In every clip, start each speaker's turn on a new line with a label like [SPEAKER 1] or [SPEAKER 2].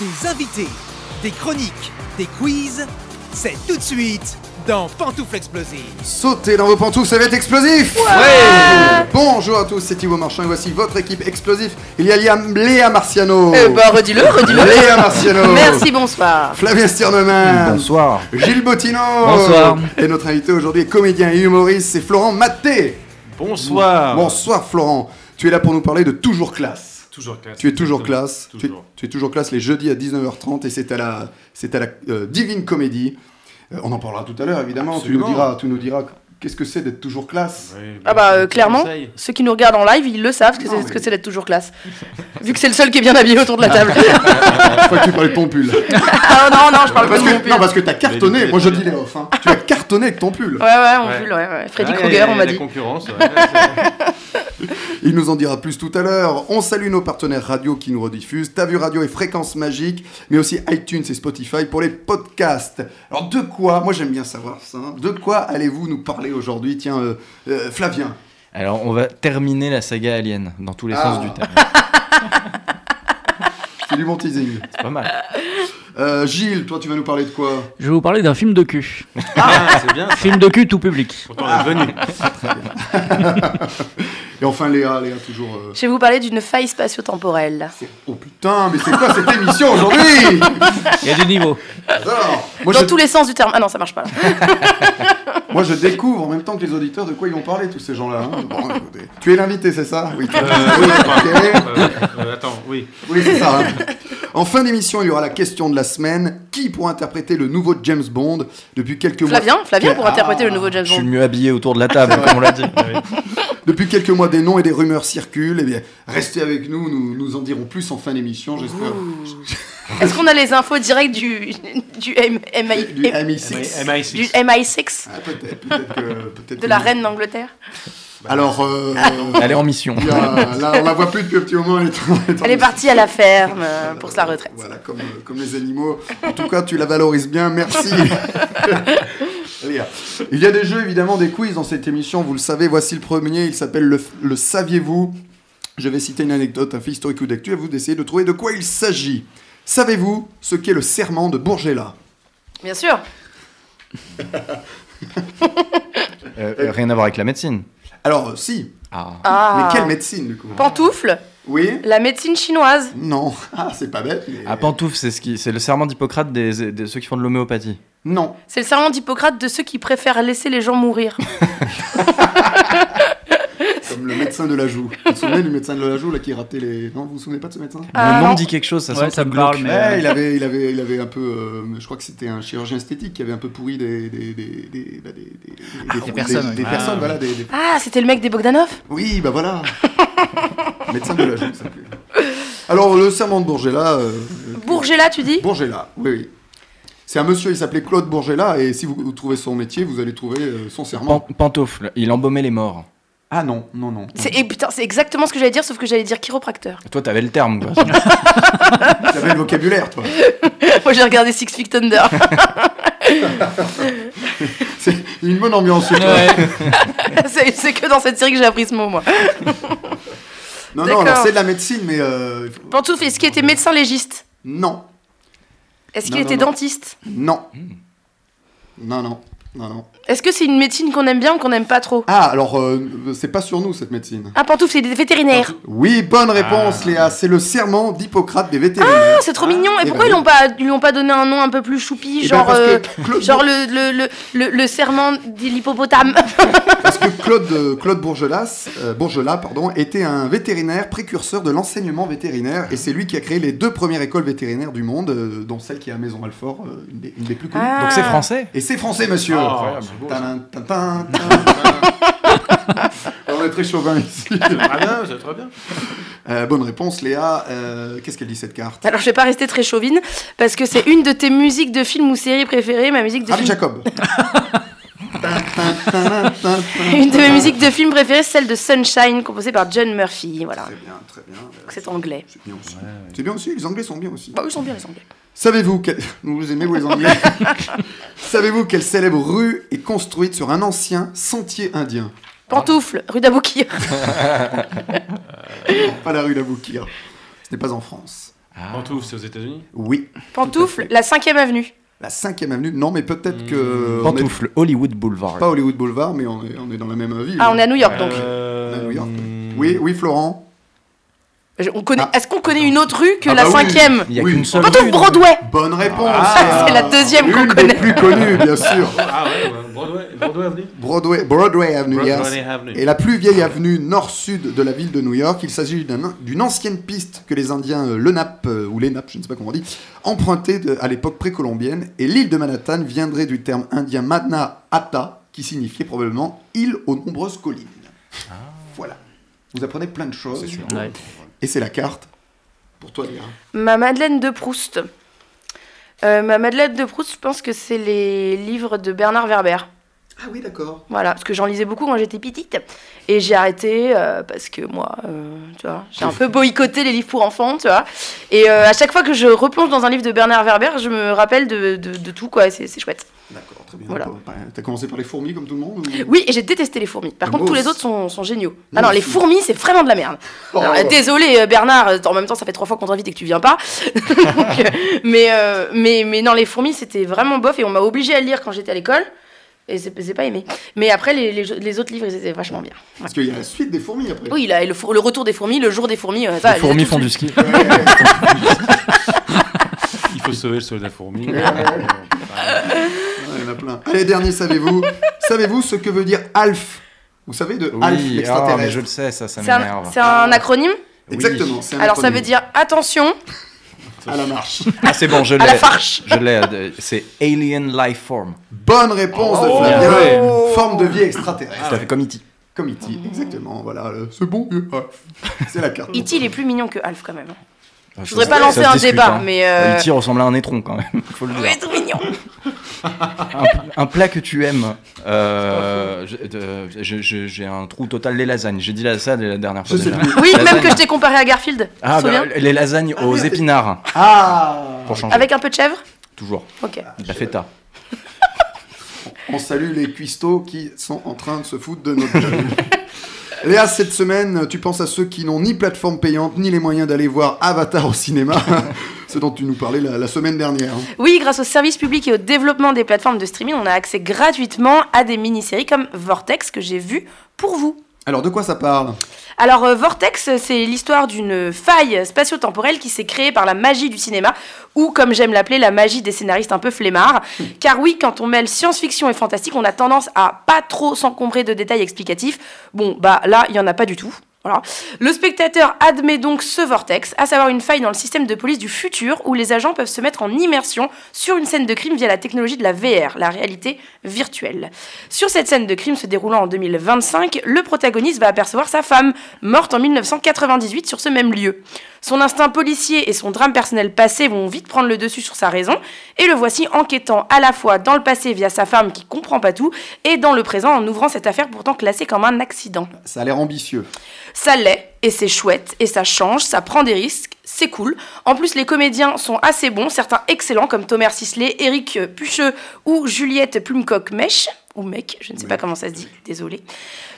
[SPEAKER 1] Des invités, des chroniques, des quiz, c'est tout de suite dans Pantoufle Explosive.
[SPEAKER 2] Sautez dans vos pantoufles, ça va être explosif Bonjour à tous, c'est Thibaut Marchand et voici votre équipe explosif. Il y a Liam- Léa Marciano.
[SPEAKER 3] Eh bah, redis-le, redis-le.
[SPEAKER 2] Léa Marciano.
[SPEAKER 3] Merci, bonsoir.
[SPEAKER 2] Flavien Stirneman.
[SPEAKER 4] Bonsoir.
[SPEAKER 2] Gilles Bottino.
[SPEAKER 4] Bonsoir.
[SPEAKER 2] Et notre invité aujourd'hui est comédien et humoriste, c'est Florent Maté.
[SPEAKER 5] Bonsoir.
[SPEAKER 2] Bonsoir Florent. Tu es là pour nous parler de Toujours Classe.
[SPEAKER 5] Toujours classe.
[SPEAKER 2] Tu es toujours classe. Tu,
[SPEAKER 5] Toujours.
[SPEAKER 2] tu es toujours classe les jeudis à 19h30 et c'est à la, c'est à la euh, Divine Comédie. Euh, on en parlera tout à l'heure évidemment.
[SPEAKER 5] Absolument.
[SPEAKER 2] Tu nous diras, tu nous diras qu'est-ce que c'est d'être toujours classe.
[SPEAKER 5] Ouais,
[SPEAKER 3] Ah bah, euh,
[SPEAKER 5] bon,
[SPEAKER 3] clairement,
[SPEAKER 5] conseil.
[SPEAKER 3] ceux qui nous regardent en live, ils le savent, parce que
[SPEAKER 2] Non,
[SPEAKER 3] c'est ce que
[SPEAKER 2] mais-
[SPEAKER 3] c'est d'être toujours classe. Vu que c'est le seul qui est bien habillé autour de la table.
[SPEAKER 2] Je crois que tu parlais de ton pull.
[SPEAKER 3] ah non, non, je parle pas
[SPEAKER 2] Parce
[SPEAKER 3] de mon
[SPEAKER 2] que,
[SPEAKER 3] pull.
[SPEAKER 2] non, parce que t'as
[SPEAKER 5] Mais
[SPEAKER 2] cartonné.
[SPEAKER 5] le-
[SPEAKER 2] Moi je dis les off. hein. Tu as cartonné avec ton pull.
[SPEAKER 3] Ouais, ouais, mon
[SPEAKER 5] Ouais.
[SPEAKER 3] pull, ouais, ouais. Freddy
[SPEAKER 5] Ah, il y a-
[SPEAKER 3] Krueger, on
[SPEAKER 5] il y a
[SPEAKER 3] m'a
[SPEAKER 5] de
[SPEAKER 3] dit.
[SPEAKER 5] La concurrence. ouais, ouais,
[SPEAKER 2] Il nous en dira plus tout à l'heure. On salue nos partenaires radio qui nous rediffusent. T'as vu Radio et Fréquence Magique, mais aussi iTunes et Spotify pour les podcasts. Alors de quoi, moi j'aime bien savoir ça, hein. de quoi allez-vous nous parler aujourd'hui Tiens, euh, euh, Flavien.
[SPEAKER 4] Alors, on va terminer la saga Alien, dans tous les
[SPEAKER 2] Ah.
[SPEAKER 4] sens du terme.
[SPEAKER 2] C'est du bon teasing.
[SPEAKER 4] C'est pas mal.
[SPEAKER 2] Euh, Gilles, toi tu vas nous parler de quoi
[SPEAKER 6] Je vais vous parler d'un film de cul.
[SPEAKER 5] c'est bien, Ah, c'est bien.
[SPEAKER 6] film de cul tout public.
[SPEAKER 5] Pourtant, on est venu.
[SPEAKER 2] Ah. Et enfin Léa, Léa toujours... euh,
[SPEAKER 3] Je vais vous parler d'une faille spatio-temporelle.
[SPEAKER 2] c'est- Oh putain, mais c'est quoi cette émission aujourd'hui
[SPEAKER 6] Il y a du niveau.
[SPEAKER 2] Alors, moi,
[SPEAKER 3] Dans
[SPEAKER 2] je,
[SPEAKER 3] tous les sens du terme. Ah non, ça marche pas. là.
[SPEAKER 2] moi je découvre en même temps que les auditeurs de quoi ils vont parler tous ces gens-là. hein. Bon, écoutez. Tu es l'invité, c'est ça Oui, tu-
[SPEAKER 5] Euh,
[SPEAKER 2] oui,
[SPEAKER 5] oui, enfin,
[SPEAKER 2] ok.
[SPEAKER 5] euh, euh, attends, oui.
[SPEAKER 2] Oui, c'est ça. hein. En fin d'émission, il y aura la question de la semaine. Qui pour interpréter le nouveau James Bond depuis quelques mois
[SPEAKER 3] Flavien, Flavien pour
[SPEAKER 2] Ah.
[SPEAKER 3] interpréter le nouveau James
[SPEAKER 4] Je suis le
[SPEAKER 3] Bond.
[SPEAKER 4] mieux habillé autour de la table, comme on l'a dit.
[SPEAKER 5] Ah
[SPEAKER 2] Depuis quelques mois, des noms et des rumeurs circulent. Eh bien, restez avec nous, nous, nous en dirons plus en fin d'émission, j'espère.
[SPEAKER 3] Est-ce qu'on a les infos directes du, du, M- MI
[SPEAKER 2] Du MI6.
[SPEAKER 3] du
[SPEAKER 5] MI6.
[SPEAKER 3] MI6
[SPEAKER 2] Ah, peut-être, peut-être que. peut-être
[SPEAKER 3] de la
[SPEAKER 2] que-
[SPEAKER 3] reine d'Angleterre
[SPEAKER 2] Alors, euh,
[SPEAKER 4] Elle est en mission.
[SPEAKER 2] il y a- là, on la voit plus depuis un petit moment. Elle est, elle est en-
[SPEAKER 3] Elle est partie à la ferme euh, pour sa retraite.
[SPEAKER 2] Voilà, comme, euh, comme les animaux. En tout cas, tu la valorises bien, merci. Léa. Il y a des jeux, évidemment, des quiz dans cette émission, vous le savez. Voici le premier, il s'appelle Le, le Saviez-vous Je vais citer une anecdote, un fait historique ou d'actu, à vous d'essayer de trouver de quoi il s'agit. Savez-vous ce qu'est le serment de Bourgella
[SPEAKER 3] Bien sûr.
[SPEAKER 4] Euh, euh, rien à voir avec la médecine.
[SPEAKER 2] Alors, euh, si,
[SPEAKER 4] Ah.
[SPEAKER 3] Ah.
[SPEAKER 2] mais quelle médecine, du coup
[SPEAKER 3] Pantoufle,
[SPEAKER 2] Oui
[SPEAKER 3] la médecine chinoise.
[SPEAKER 2] Non. Ah, c'est pas bête, mais...
[SPEAKER 4] À Pantouf, c'est ce qui- c'est le serment d'Hippocrate des, des- ceux qui font de l'homéopathie.
[SPEAKER 2] Non.
[SPEAKER 3] C'est le serment d'Hippocrate de ceux qui préfèrent laisser les gens mourir.
[SPEAKER 2] Comme le médecin de la joue. Vous vous souvenez du médecin de la joue, là, qui ratait les... Non, vous vous souvenez pas de ce médecin
[SPEAKER 3] Ah,
[SPEAKER 4] le nom
[SPEAKER 3] non.
[SPEAKER 4] me dit quelque chose, ça
[SPEAKER 6] Ouais,
[SPEAKER 4] sent
[SPEAKER 6] ça
[SPEAKER 4] le
[SPEAKER 6] me
[SPEAKER 4] truc
[SPEAKER 6] parle,
[SPEAKER 4] glauque.
[SPEAKER 6] mais-
[SPEAKER 2] Ouais, il avait, il avait, il avait un peu. euh, je crois que c'était un chirurgien esthétique qui avait un peu pourri des des des des bah, des, des, des- des- des-
[SPEAKER 6] personnes,
[SPEAKER 2] des-
[SPEAKER 6] oui.
[SPEAKER 2] des
[SPEAKER 6] Ah,
[SPEAKER 2] personnes,
[SPEAKER 6] oui.
[SPEAKER 2] voilà. Des, des-
[SPEAKER 3] Ah, c'était le mec des Bogdanov
[SPEAKER 2] Oui, bah voilà. Médecin de la joue, ça pue. Alors le serment de Bourgella. euh,
[SPEAKER 3] Bourgella, tu dis
[SPEAKER 2] Bourgella, oui, oui. C'est un monsieur, il s'appelait Claude Bourgella, et si vous, vous trouvez son métier, vous allez trouver euh, son serment.
[SPEAKER 4] Pan- Pantoufle, il embaumait les morts.
[SPEAKER 2] Ah non, non, non.
[SPEAKER 3] C'est eh, putain, c'est exactement ce que j'allais dire, sauf que j'allais dire chiropracteur.
[SPEAKER 4] Toi, t'avais le terme, quoi.
[SPEAKER 2] T'avais le vocabulaire, toi.
[SPEAKER 3] Moi, j'ai regardé Six Feet Thunder.
[SPEAKER 2] C'est une bonne ambiance. toi.
[SPEAKER 3] c'est c'est que dans cette série que j'ai appris ce mot, moi.
[SPEAKER 2] Non, non, alors
[SPEAKER 3] D'accord.
[SPEAKER 2] c'est de la médecine, mais euh, il faut-
[SPEAKER 3] Pantoufle, est-ce qu'il était médecin légiste
[SPEAKER 2] non,
[SPEAKER 3] Est-ce
[SPEAKER 2] Non,
[SPEAKER 3] qu'il
[SPEAKER 2] non,
[SPEAKER 3] était
[SPEAKER 2] non.
[SPEAKER 3] dentiste
[SPEAKER 2] non,
[SPEAKER 4] Hmm.
[SPEAKER 2] non, non, non, non.
[SPEAKER 3] Est-ce que c'est une médecine qu'on aime bien ou qu'on n'aime pas trop
[SPEAKER 2] Ah, alors, euh, c'est pas sur nous cette médecine.
[SPEAKER 3] Ah, Pantoufle, c'est des vétérinaires.
[SPEAKER 2] Oui, bonne
[SPEAKER 4] Ah.
[SPEAKER 2] réponse, Léa. C'est le serment d'Hippocrate des vétérinaires.
[SPEAKER 3] Ah, c'est trop mignon.
[SPEAKER 2] eh
[SPEAKER 3] Et pourquoi
[SPEAKER 2] ben
[SPEAKER 3] ils l'ont pas, ils lui ont pas donné un nom un peu plus choupi,
[SPEAKER 2] Eh ben,
[SPEAKER 3] genre,
[SPEAKER 2] parce
[SPEAKER 3] euh,
[SPEAKER 2] que Claude,
[SPEAKER 3] genre le, le, le, le, le serment de l'hippopotame
[SPEAKER 2] parce que Claude, euh, Claude Bourgelas, euh, Bourgelat pardon, était un vétérinaire précurseur de l'enseignement vétérinaire. Et c'est lui qui a créé les deux premières écoles vétérinaires du monde, euh, dont celle qui est à Maison Alfort, euh, une, des, une des plus connues.
[SPEAKER 3] Ah.
[SPEAKER 4] Donc c'est français
[SPEAKER 2] Et c'est français, monsieur.
[SPEAKER 5] Ah, c'est beau, ça.
[SPEAKER 2] Tadam, tadam, tadam. On est très chauvin ici.
[SPEAKER 5] Ah bien, c'est très bien.
[SPEAKER 2] Euh, bonne réponse, Léa. Euh, Qu'est-ce qu'elle dit cette carte
[SPEAKER 3] Alors, je vais pas rester très chauvine parce que c'est une de tes musiques de films ou séries préférées, ma musique de
[SPEAKER 2] Rabbi
[SPEAKER 3] film.
[SPEAKER 2] Jacob.
[SPEAKER 3] Une de mes musiques de films préférées, celle de Sunshine, composée par John Murphy. Voilà,
[SPEAKER 2] Très bien, très bien.
[SPEAKER 3] Donc, c'est anglais.
[SPEAKER 2] C'est bien aussi. C'est bien aussi, les Anglais sont bien aussi.
[SPEAKER 3] Bah, ils sont bien, les anglais.
[SPEAKER 2] Savez-vous quelle... Vous aimez, vous, les Anglais Savez-vous quelle célèbre rue est construite sur un ancien sentier indien
[SPEAKER 3] Pantoufle, rue d'Aboukir.
[SPEAKER 2] Non, Pas la rue Laboukir. Ce n'est pas en France.
[SPEAKER 5] Pantouf, c'est aux États-Unis
[SPEAKER 2] Oui.
[SPEAKER 3] Pantoufle, la 5ème avenue.
[SPEAKER 2] La 5ème avenue. Non, mais peut-être
[SPEAKER 4] Hmm.
[SPEAKER 2] que. on est
[SPEAKER 4] Pantoufle, Hollywood Boulevard.
[SPEAKER 2] Pas Hollywood Boulevard, mais on est, on est dans la même ville.
[SPEAKER 3] Ah, on est à New York donc.
[SPEAKER 5] Euh,
[SPEAKER 2] À New York.
[SPEAKER 5] hum,
[SPEAKER 2] Oui, oui, Florent.
[SPEAKER 3] Je- on connaît- Est-ce qu'on connaît une autre rue que
[SPEAKER 2] Ah
[SPEAKER 3] la
[SPEAKER 2] bah oui.
[SPEAKER 3] 5ème
[SPEAKER 4] Il y a
[SPEAKER 2] Oui.
[SPEAKER 4] qu'une seule.
[SPEAKER 3] Pantoufle
[SPEAKER 4] rue,
[SPEAKER 3] Broadway
[SPEAKER 2] Bonne réponse.
[SPEAKER 5] Ah,
[SPEAKER 3] c'est la deuxième qu'on
[SPEAKER 2] Une
[SPEAKER 3] connaît.
[SPEAKER 2] des plus connues, bien sûr.
[SPEAKER 5] Ah ouais, ouais, Broadway, Broadway Avenue
[SPEAKER 2] Broadway, Broadway Avenue,
[SPEAKER 5] Broadway
[SPEAKER 2] yes.
[SPEAKER 5] Avenue.
[SPEAKER 2] Et la plus vieille avenue nord-sud de la ville de New York, il s'agit d'un- d'une ancienne piste que les Indiens euh, Lenape, euh, ou Lenape, je ne sais pas comment on dit, empruntée de- à l'époque précolombienne. Et l'île de Manhattan viendrait du terme indien Madna Ata, qui signifiait probablement île aux nombreuses collines.
[SPEAKER 4] Ah
[SPEAKER 2] Voilà. Vous apprenez plein de choses.
[SPEAKER 6] Ouais.
[SPEAKER 2] Et c'est la carte pour toi, Léa.
[SPEAKER 3] Ma Madeleine de Proust. Euh, ma Madeleine de Proust, je pense que c'est les livres de Bernard Werber.
[SPEAKER 2] Ah oui, d'accord.
[SPEAKER 3] Voilà, parce que j'en lisais beaucoup quand j'étais petite. Et j'ai arrêté euh, parce que moi, euh, tu vois, j'ai un peu boycotté les livres pour enfants, tu vois. Et euh, à chaque fois que je replonge dans un livre de Bernard Werber, je me rappelle de, de- de tout, quoi. et C'est c'est chouette.
[SPEAKER 2] D'accord, très bien.
[SPEAKER 3] Voilà.
[SPEAKER 2] Bah, T'as commencé par les fourmis comme tout le monde ou-
[SPEAKER 3] Mmh. Oui, et j'ai détesté les fourmis. Par
[SPEAKER 2] Ah,
[SPEAKER 3] contre,
[SPEAKER 2] moi
[SPEAKER 3] tous les
[SPEAKER 2] aussi.
[SPEAKER 3] autres sont, sont géniaux.
[SPEAKER 2] Moi
[SPEAKER 3] Ah non, les
[SPEAKER 2] aussi.
[SPEAKER 3] fourmis, c'est vraiment de la merde.
[SPEAKER 2] Oh,
[SPEAKER 3] Alors, euh, désolé euh, Bernard, euh, en même temps ça fait trois fois qu'on t'invite et que tu viens pas. Donc, euh, mais, euh, mais, mais non, les fourmis c'était vraiment bof et on m'a obligé à le lire quand j'étais à l'école et c'est j'ai pas aimé. Mais après les, les, les autres livres ils étaient vachement bien.
[SPEAKER 2] Parce qu'il y a la suite des fourmis après.
[SPEAKER 3] Oui, là, et le, four- le retour des fourmis, le jour des fourmis. euh, ça,
[SPEAKER 4] Les fourmis
[SPEAKER 3] j'ai tout
[SPEAKER 4] font
[SPEAKER 3] su.
[SPEAKER 4] du ski.
[SPEAKER 5] Il faut sauver le soldat fourmi.
[SPEAKER 2] Ouais, il y en a plein. Allez, dernier, savez-vous Savez-vous ce que veut dire ALF Vous savez, de
[SPEAKER 4] Oui,
[SPEAKER 2] ALF,
[SPEAKER 4] ah, mais
[SPEAKER 2] l'extraterrestre
[SPEAKER 4] je le sais, ça, ça
[SPEAKER 3] C'est un,
[SPEAKER 4] m'énerve.
[SPEAKER 3] c'est un acronyme.
[SPEAKER 4] Oui.
[SPEAKER 2] Exactement, c'est un
[SPEAKER 3] Alors ça
[SPEAKER 2] acronyme.
[SPEAKER 3] veut dire attention
[SPEAKER 2] À la marche.
[SPEAKER 4] Ah, c'est bon, je
[SPEAKER 3] à la
[SPEAKER 4] l'ai.
[SPEAKER 3] farche.
[SPEAKER 4] Je l'ai, euh, c'est Alien Life Form.
[SPEAKER 2] Bonne réponse de
[SPEAKER 5] Oh,
[SPEAKER 2] Flavien.
[SPEAKER 5] ouais.
[SPEAKER 2] Forme de vie extraterrestre.
[SPEAKER 4] Tout à fait comme E.T.
[SPEAKER 2] Ah, Comme E.T., exactement. Voilà, le- c'est bon, vieux Alf. C'est la carte.
[SPEAKER 3] E.T. il est plus mignon que Alf quand même.
[SPEAKER 4] Je
[SPEAKER 3] Je voudrais pas lancer un débat,
[SPEAKER 4] hein.
[SPEAKER 3] mais euh,
[SPEAKER 4] E.T. E ressemble à un étron quand même, faut le
[SPEAKER 3] il
[SPEAKER 4] dire.
[SPEAKER 3] est trop mignon.
[SPEAKER 4] un, un plat que tu aimes. euh, je- euh, je- je- J'ai un trou total, les lasagnes. J'ai dit la- ça la dernière fois.
[SPEAKER 2] Je sais
[SPEAKER 4] déjà.
[SPEAKER 2] plus.
[SPEAKER 3] Oui, même
[SPEAKER 4] Lasagne.
[SPEAKER 3] que je t'ai comparé à Garfield. tu te
[SPEAKER 4] Ah, bah,
[SPEAKER 3] souviens
[SPEAKER 4] les lasagnes
[SPEAKER 2] Ah,
[SPEAKER 4] aux
[SPEAKER 2] merde.
[SPEAKER 4] épinards,
[SPEAKER 2] Ah
[SPEAKER 4] pour changer.
[SPEAKER 3] Avec un peu de chèvre.
[SPEAKER 4] Toujours.
[SPEAKER 3] Ok.
[SPEAKER 4] De La feta.
[SPEAKER 2] On salue les cuistots qui sont en train de se foutre de notre gueule. Léa, cette semaine, tu penses à ceux qui n'ont ni plateforme payante, ni les moyens d'aller voir Avatar au cinéma, ce dont tu nous parlais la, la semaine dernière. hein.
[SPEAKER 3] Oui, grâce au service public et au développement des plateformes de streaming, on a accès gratuitement à des mini-séries comme Vortex que j'ai vu pour vous.
[SPEAKER 2] Alors, de quoi ça parle
[SPEAKER 3] Alors euh, Vortex, c'est l'histoire d'une faille spatio-temporelle qui s'est créée par la magie du cinéma, ou comme j'aime l'appeler, la magie des scénaristes un peu flemmards. Car oui, quand on mêle science-fiction et fantastique, on a tendance à pas trop s'encombrer de détails explicatifs. Bon, bah là, il y en a pas du tout. Voilà. Le spectateur admet donc ce vortex, à savoir une faille dans le système de police du futur où les agents peuvent se mettre en immersion sur une scène de crime via la technologie de la VR, la réalité virtuelle. Sur cette scène de crime se déroulant en 2025, le protagoniste va apercevoir sa femme, morte en 1998 sur ce même lieu. Son instinct policier et son drame personnel passé vont vite prendre le dessus sur sa raison, et le voici enquêtant à la fois dans le passé via sa femme qui comprend pas tout, et dans le présent en ouvrant cette affaire pourtant classée comme un accident.
[SPEAKER 2] Ça a l'air ambitieux.
[SPEAKER 3] Ça l'est, et c'est chouette, et ça change, ça prend des risques, c'est cool. En plus, les comédiens sont assez bons, certains excellents comme Thomas Sisley, Eric Pucheux ou Juliette Plumcock-Mech, ou mec, je ne sais pas comment ça se dit, désolé.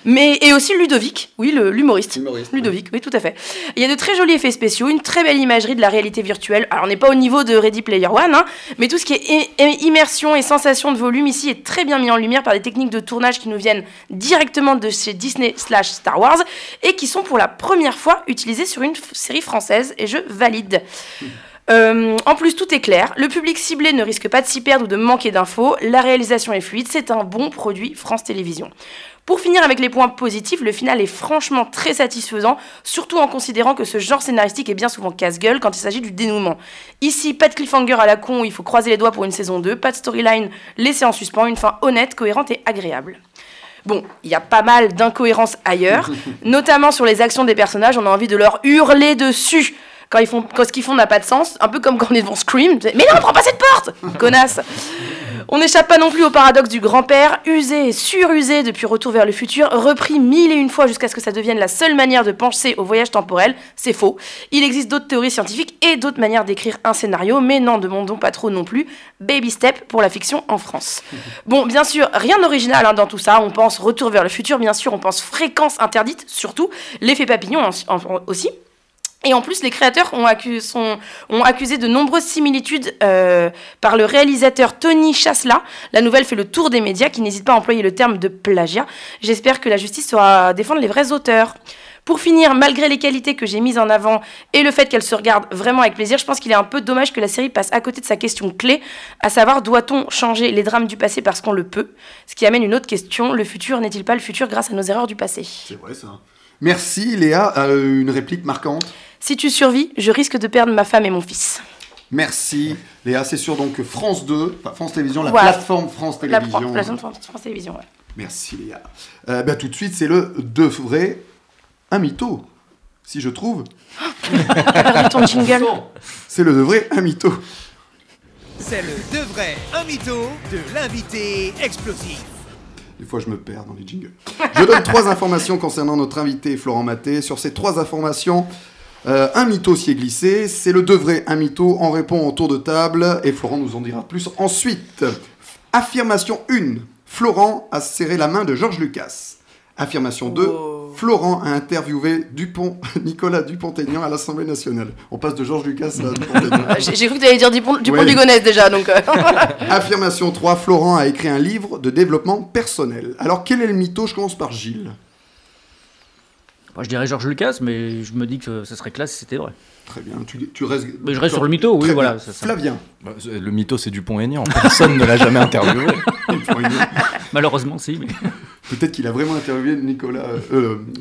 [SPEAKER 3] Mais, et aussi Ludovic, oui, le- l'humoriste.
[SPEAKER 2] Humoriste.
[SPEAKER 3] Ludovic, oui, tout à fait. Il y a de très jolis effets spéciaux, une très belle imagerie de la réalité virtuelle. Alors, on n'est pas au niveau de Ready Player One, hein, mais tout ce qui est i- i- immersion et sensation de volume ici est très bien mis en lumière par des techniques de tournage qui nous viennent directement de chez Disney slash Star Wars et qui sont pour la première fois utilisées sur une f- série française, et je valide. Euh, en plus, tout est clair. Le public ciblé ne risque pas de s'y perdre ou de manquer d'infos. La réalisation est fluide. C'est un bon produit France Télévisions. Pour finir avec les points positifs, le final est franchement très satisfaisant, surtout en considérant que ce genre scénaristique est bien souvent casse-gueule quand il s'agit du dénouement. Ici, pas de cliffhanger à la con, où il faut croiser les doigts pour une saison 2, pas de storyline laissée en suspens, une fin honnête, cohérente et agréable. Bon, il y a pas mal d'incohérences ailleurs, notamment sur les actions des personnages, on a envie de leur hurler dessus quand, ils font, quand ce qu'ils font n'a pas de sens, un peu comme quand on est devant Scream, tu sais, mais non, prends pas cette porte Connasse on n'échappe pas non plus au paradoxe du grand-père, usé et surusé depuis Retour vers le futur, repris mille et une fois jusqu'à ce que ça devienne la seule manière de penser au voyage temporel. C'est faux. Il existe d'autres théories scientifiques et d'autres manières d'écrire un scénario, mais n'en demandons pas trop non plus. Baby step pour la fiction en France. Bon, bien sûr, rien d'original hein, dans tout ça. On pense Retour vers le futur, bien sûr, on pense Fréquence interdite, surtout, l'effet papillon en- en- en- aussi. Et en plus, les créateurs ont, accu- sont- ont accusé de nombreuses similitudes euh, par le réalisateur Tony Chasla. La nouvelle fait le tour des médias qui n'hésitent pas à employer le terme de plagiat. J'espère que la justice saura défendre les vrais auteurs. Pour finir, malgré les qualités que j'ai mises en avant et le fait qu'elle se regarde vraiment avec plaisir, je pense qu'il est un peu dommage que la série passe à côté de sa question clé, à savoir doit-on changer les drames du passé parce qu'on le peut Ce qui amène une autre question, le futur n'est-il pas le futur grâce à nos erreurs du passé
[SPEAKER 2] C'est vrai ça. Merci Léa, Euh, une réplique marquante.
[SPEAKER 3] Si tu survis, je risque de perdre ma femme et mon fils.
[SPEAKER 2] Merci Léa, c'est sûr donc que France 2, enfin, France Télévisions, la
[SPEAKER 3] Voilà.
[SPEAKER 2] plateforme France
[SPEAKER 3] La
[SPEAKER 2] Télévisions.
[SPEAKER 3] pro- plateforme France France Télévisions, ouais.
[SPEAKER 2] Merci Léa. Euh, bah, tout de suite, c'est le de vrai, un mytho. Si je trouve,
[SPEAKER 3] Ah, Pardon, ton jingle.
[SPEAKER 2] c'est le de vrai, un mytho.
[SPEAKER 1] C'est le de vrai un mytho de l'invité explosif.
[SPEAKER 2] Des fois, je me perds dans les jingles. Je donne trois informations concernant notre invité Florent Maté. Sur ces trois informations, euh, un mytho s'y est glissé. C'est le de vrai, un mytho. On répond en tour de table et Florent nous en dira plus ensuite. Affirmation 1. Florent a serré la main de Georges Lucas. Affirmation 2.
[SPEAKER 3] Wow.
[SPEAKER 2] Florent a interviewé Dupont, Nicolas Dupont-Aignan à l'Assemblée nationale. On passe de Georges Lucas à Dupont-Aignan.
[SPEAKER 3] Euh, J'ai j'ai cru que tu allais dire du pont du, pont
[SPEAKER 2] Ouais.
[SPEAKER 3] du Gonesse déjà, donc. euh,
[SPEAKER 2] Affirmation 3. Florent a écrit un livre de développement personnel. Alors, quel est le mytho Je commence par Gilles.
[SPEAKER 6] Moi, je dirais Georges Lucas, mais je me dis que ça serait classe si c'était vrai.
[SPEAKER 2] Très bien, tu, tu restes.
[SPEAKER 6] Mais je reste sur le mytho, oui,
[SPEAKER 2] Très
[SPEAKER 6] voilà.
[SPEAKER 2] bien.
[SPEAKER 6] ça- ça-
[SPEAKER 2] Flavien.
[SPEAKER 4] Bah, c'est- Le mytho, c'est Dupont-Aignan. Personne ne l'a jamais interviewé.
[SPEAKER 6] Malheureusement, si. Mais...
[SPEAKER 2] Peut-être qu'il a vraiment interviewé Nicolas euh,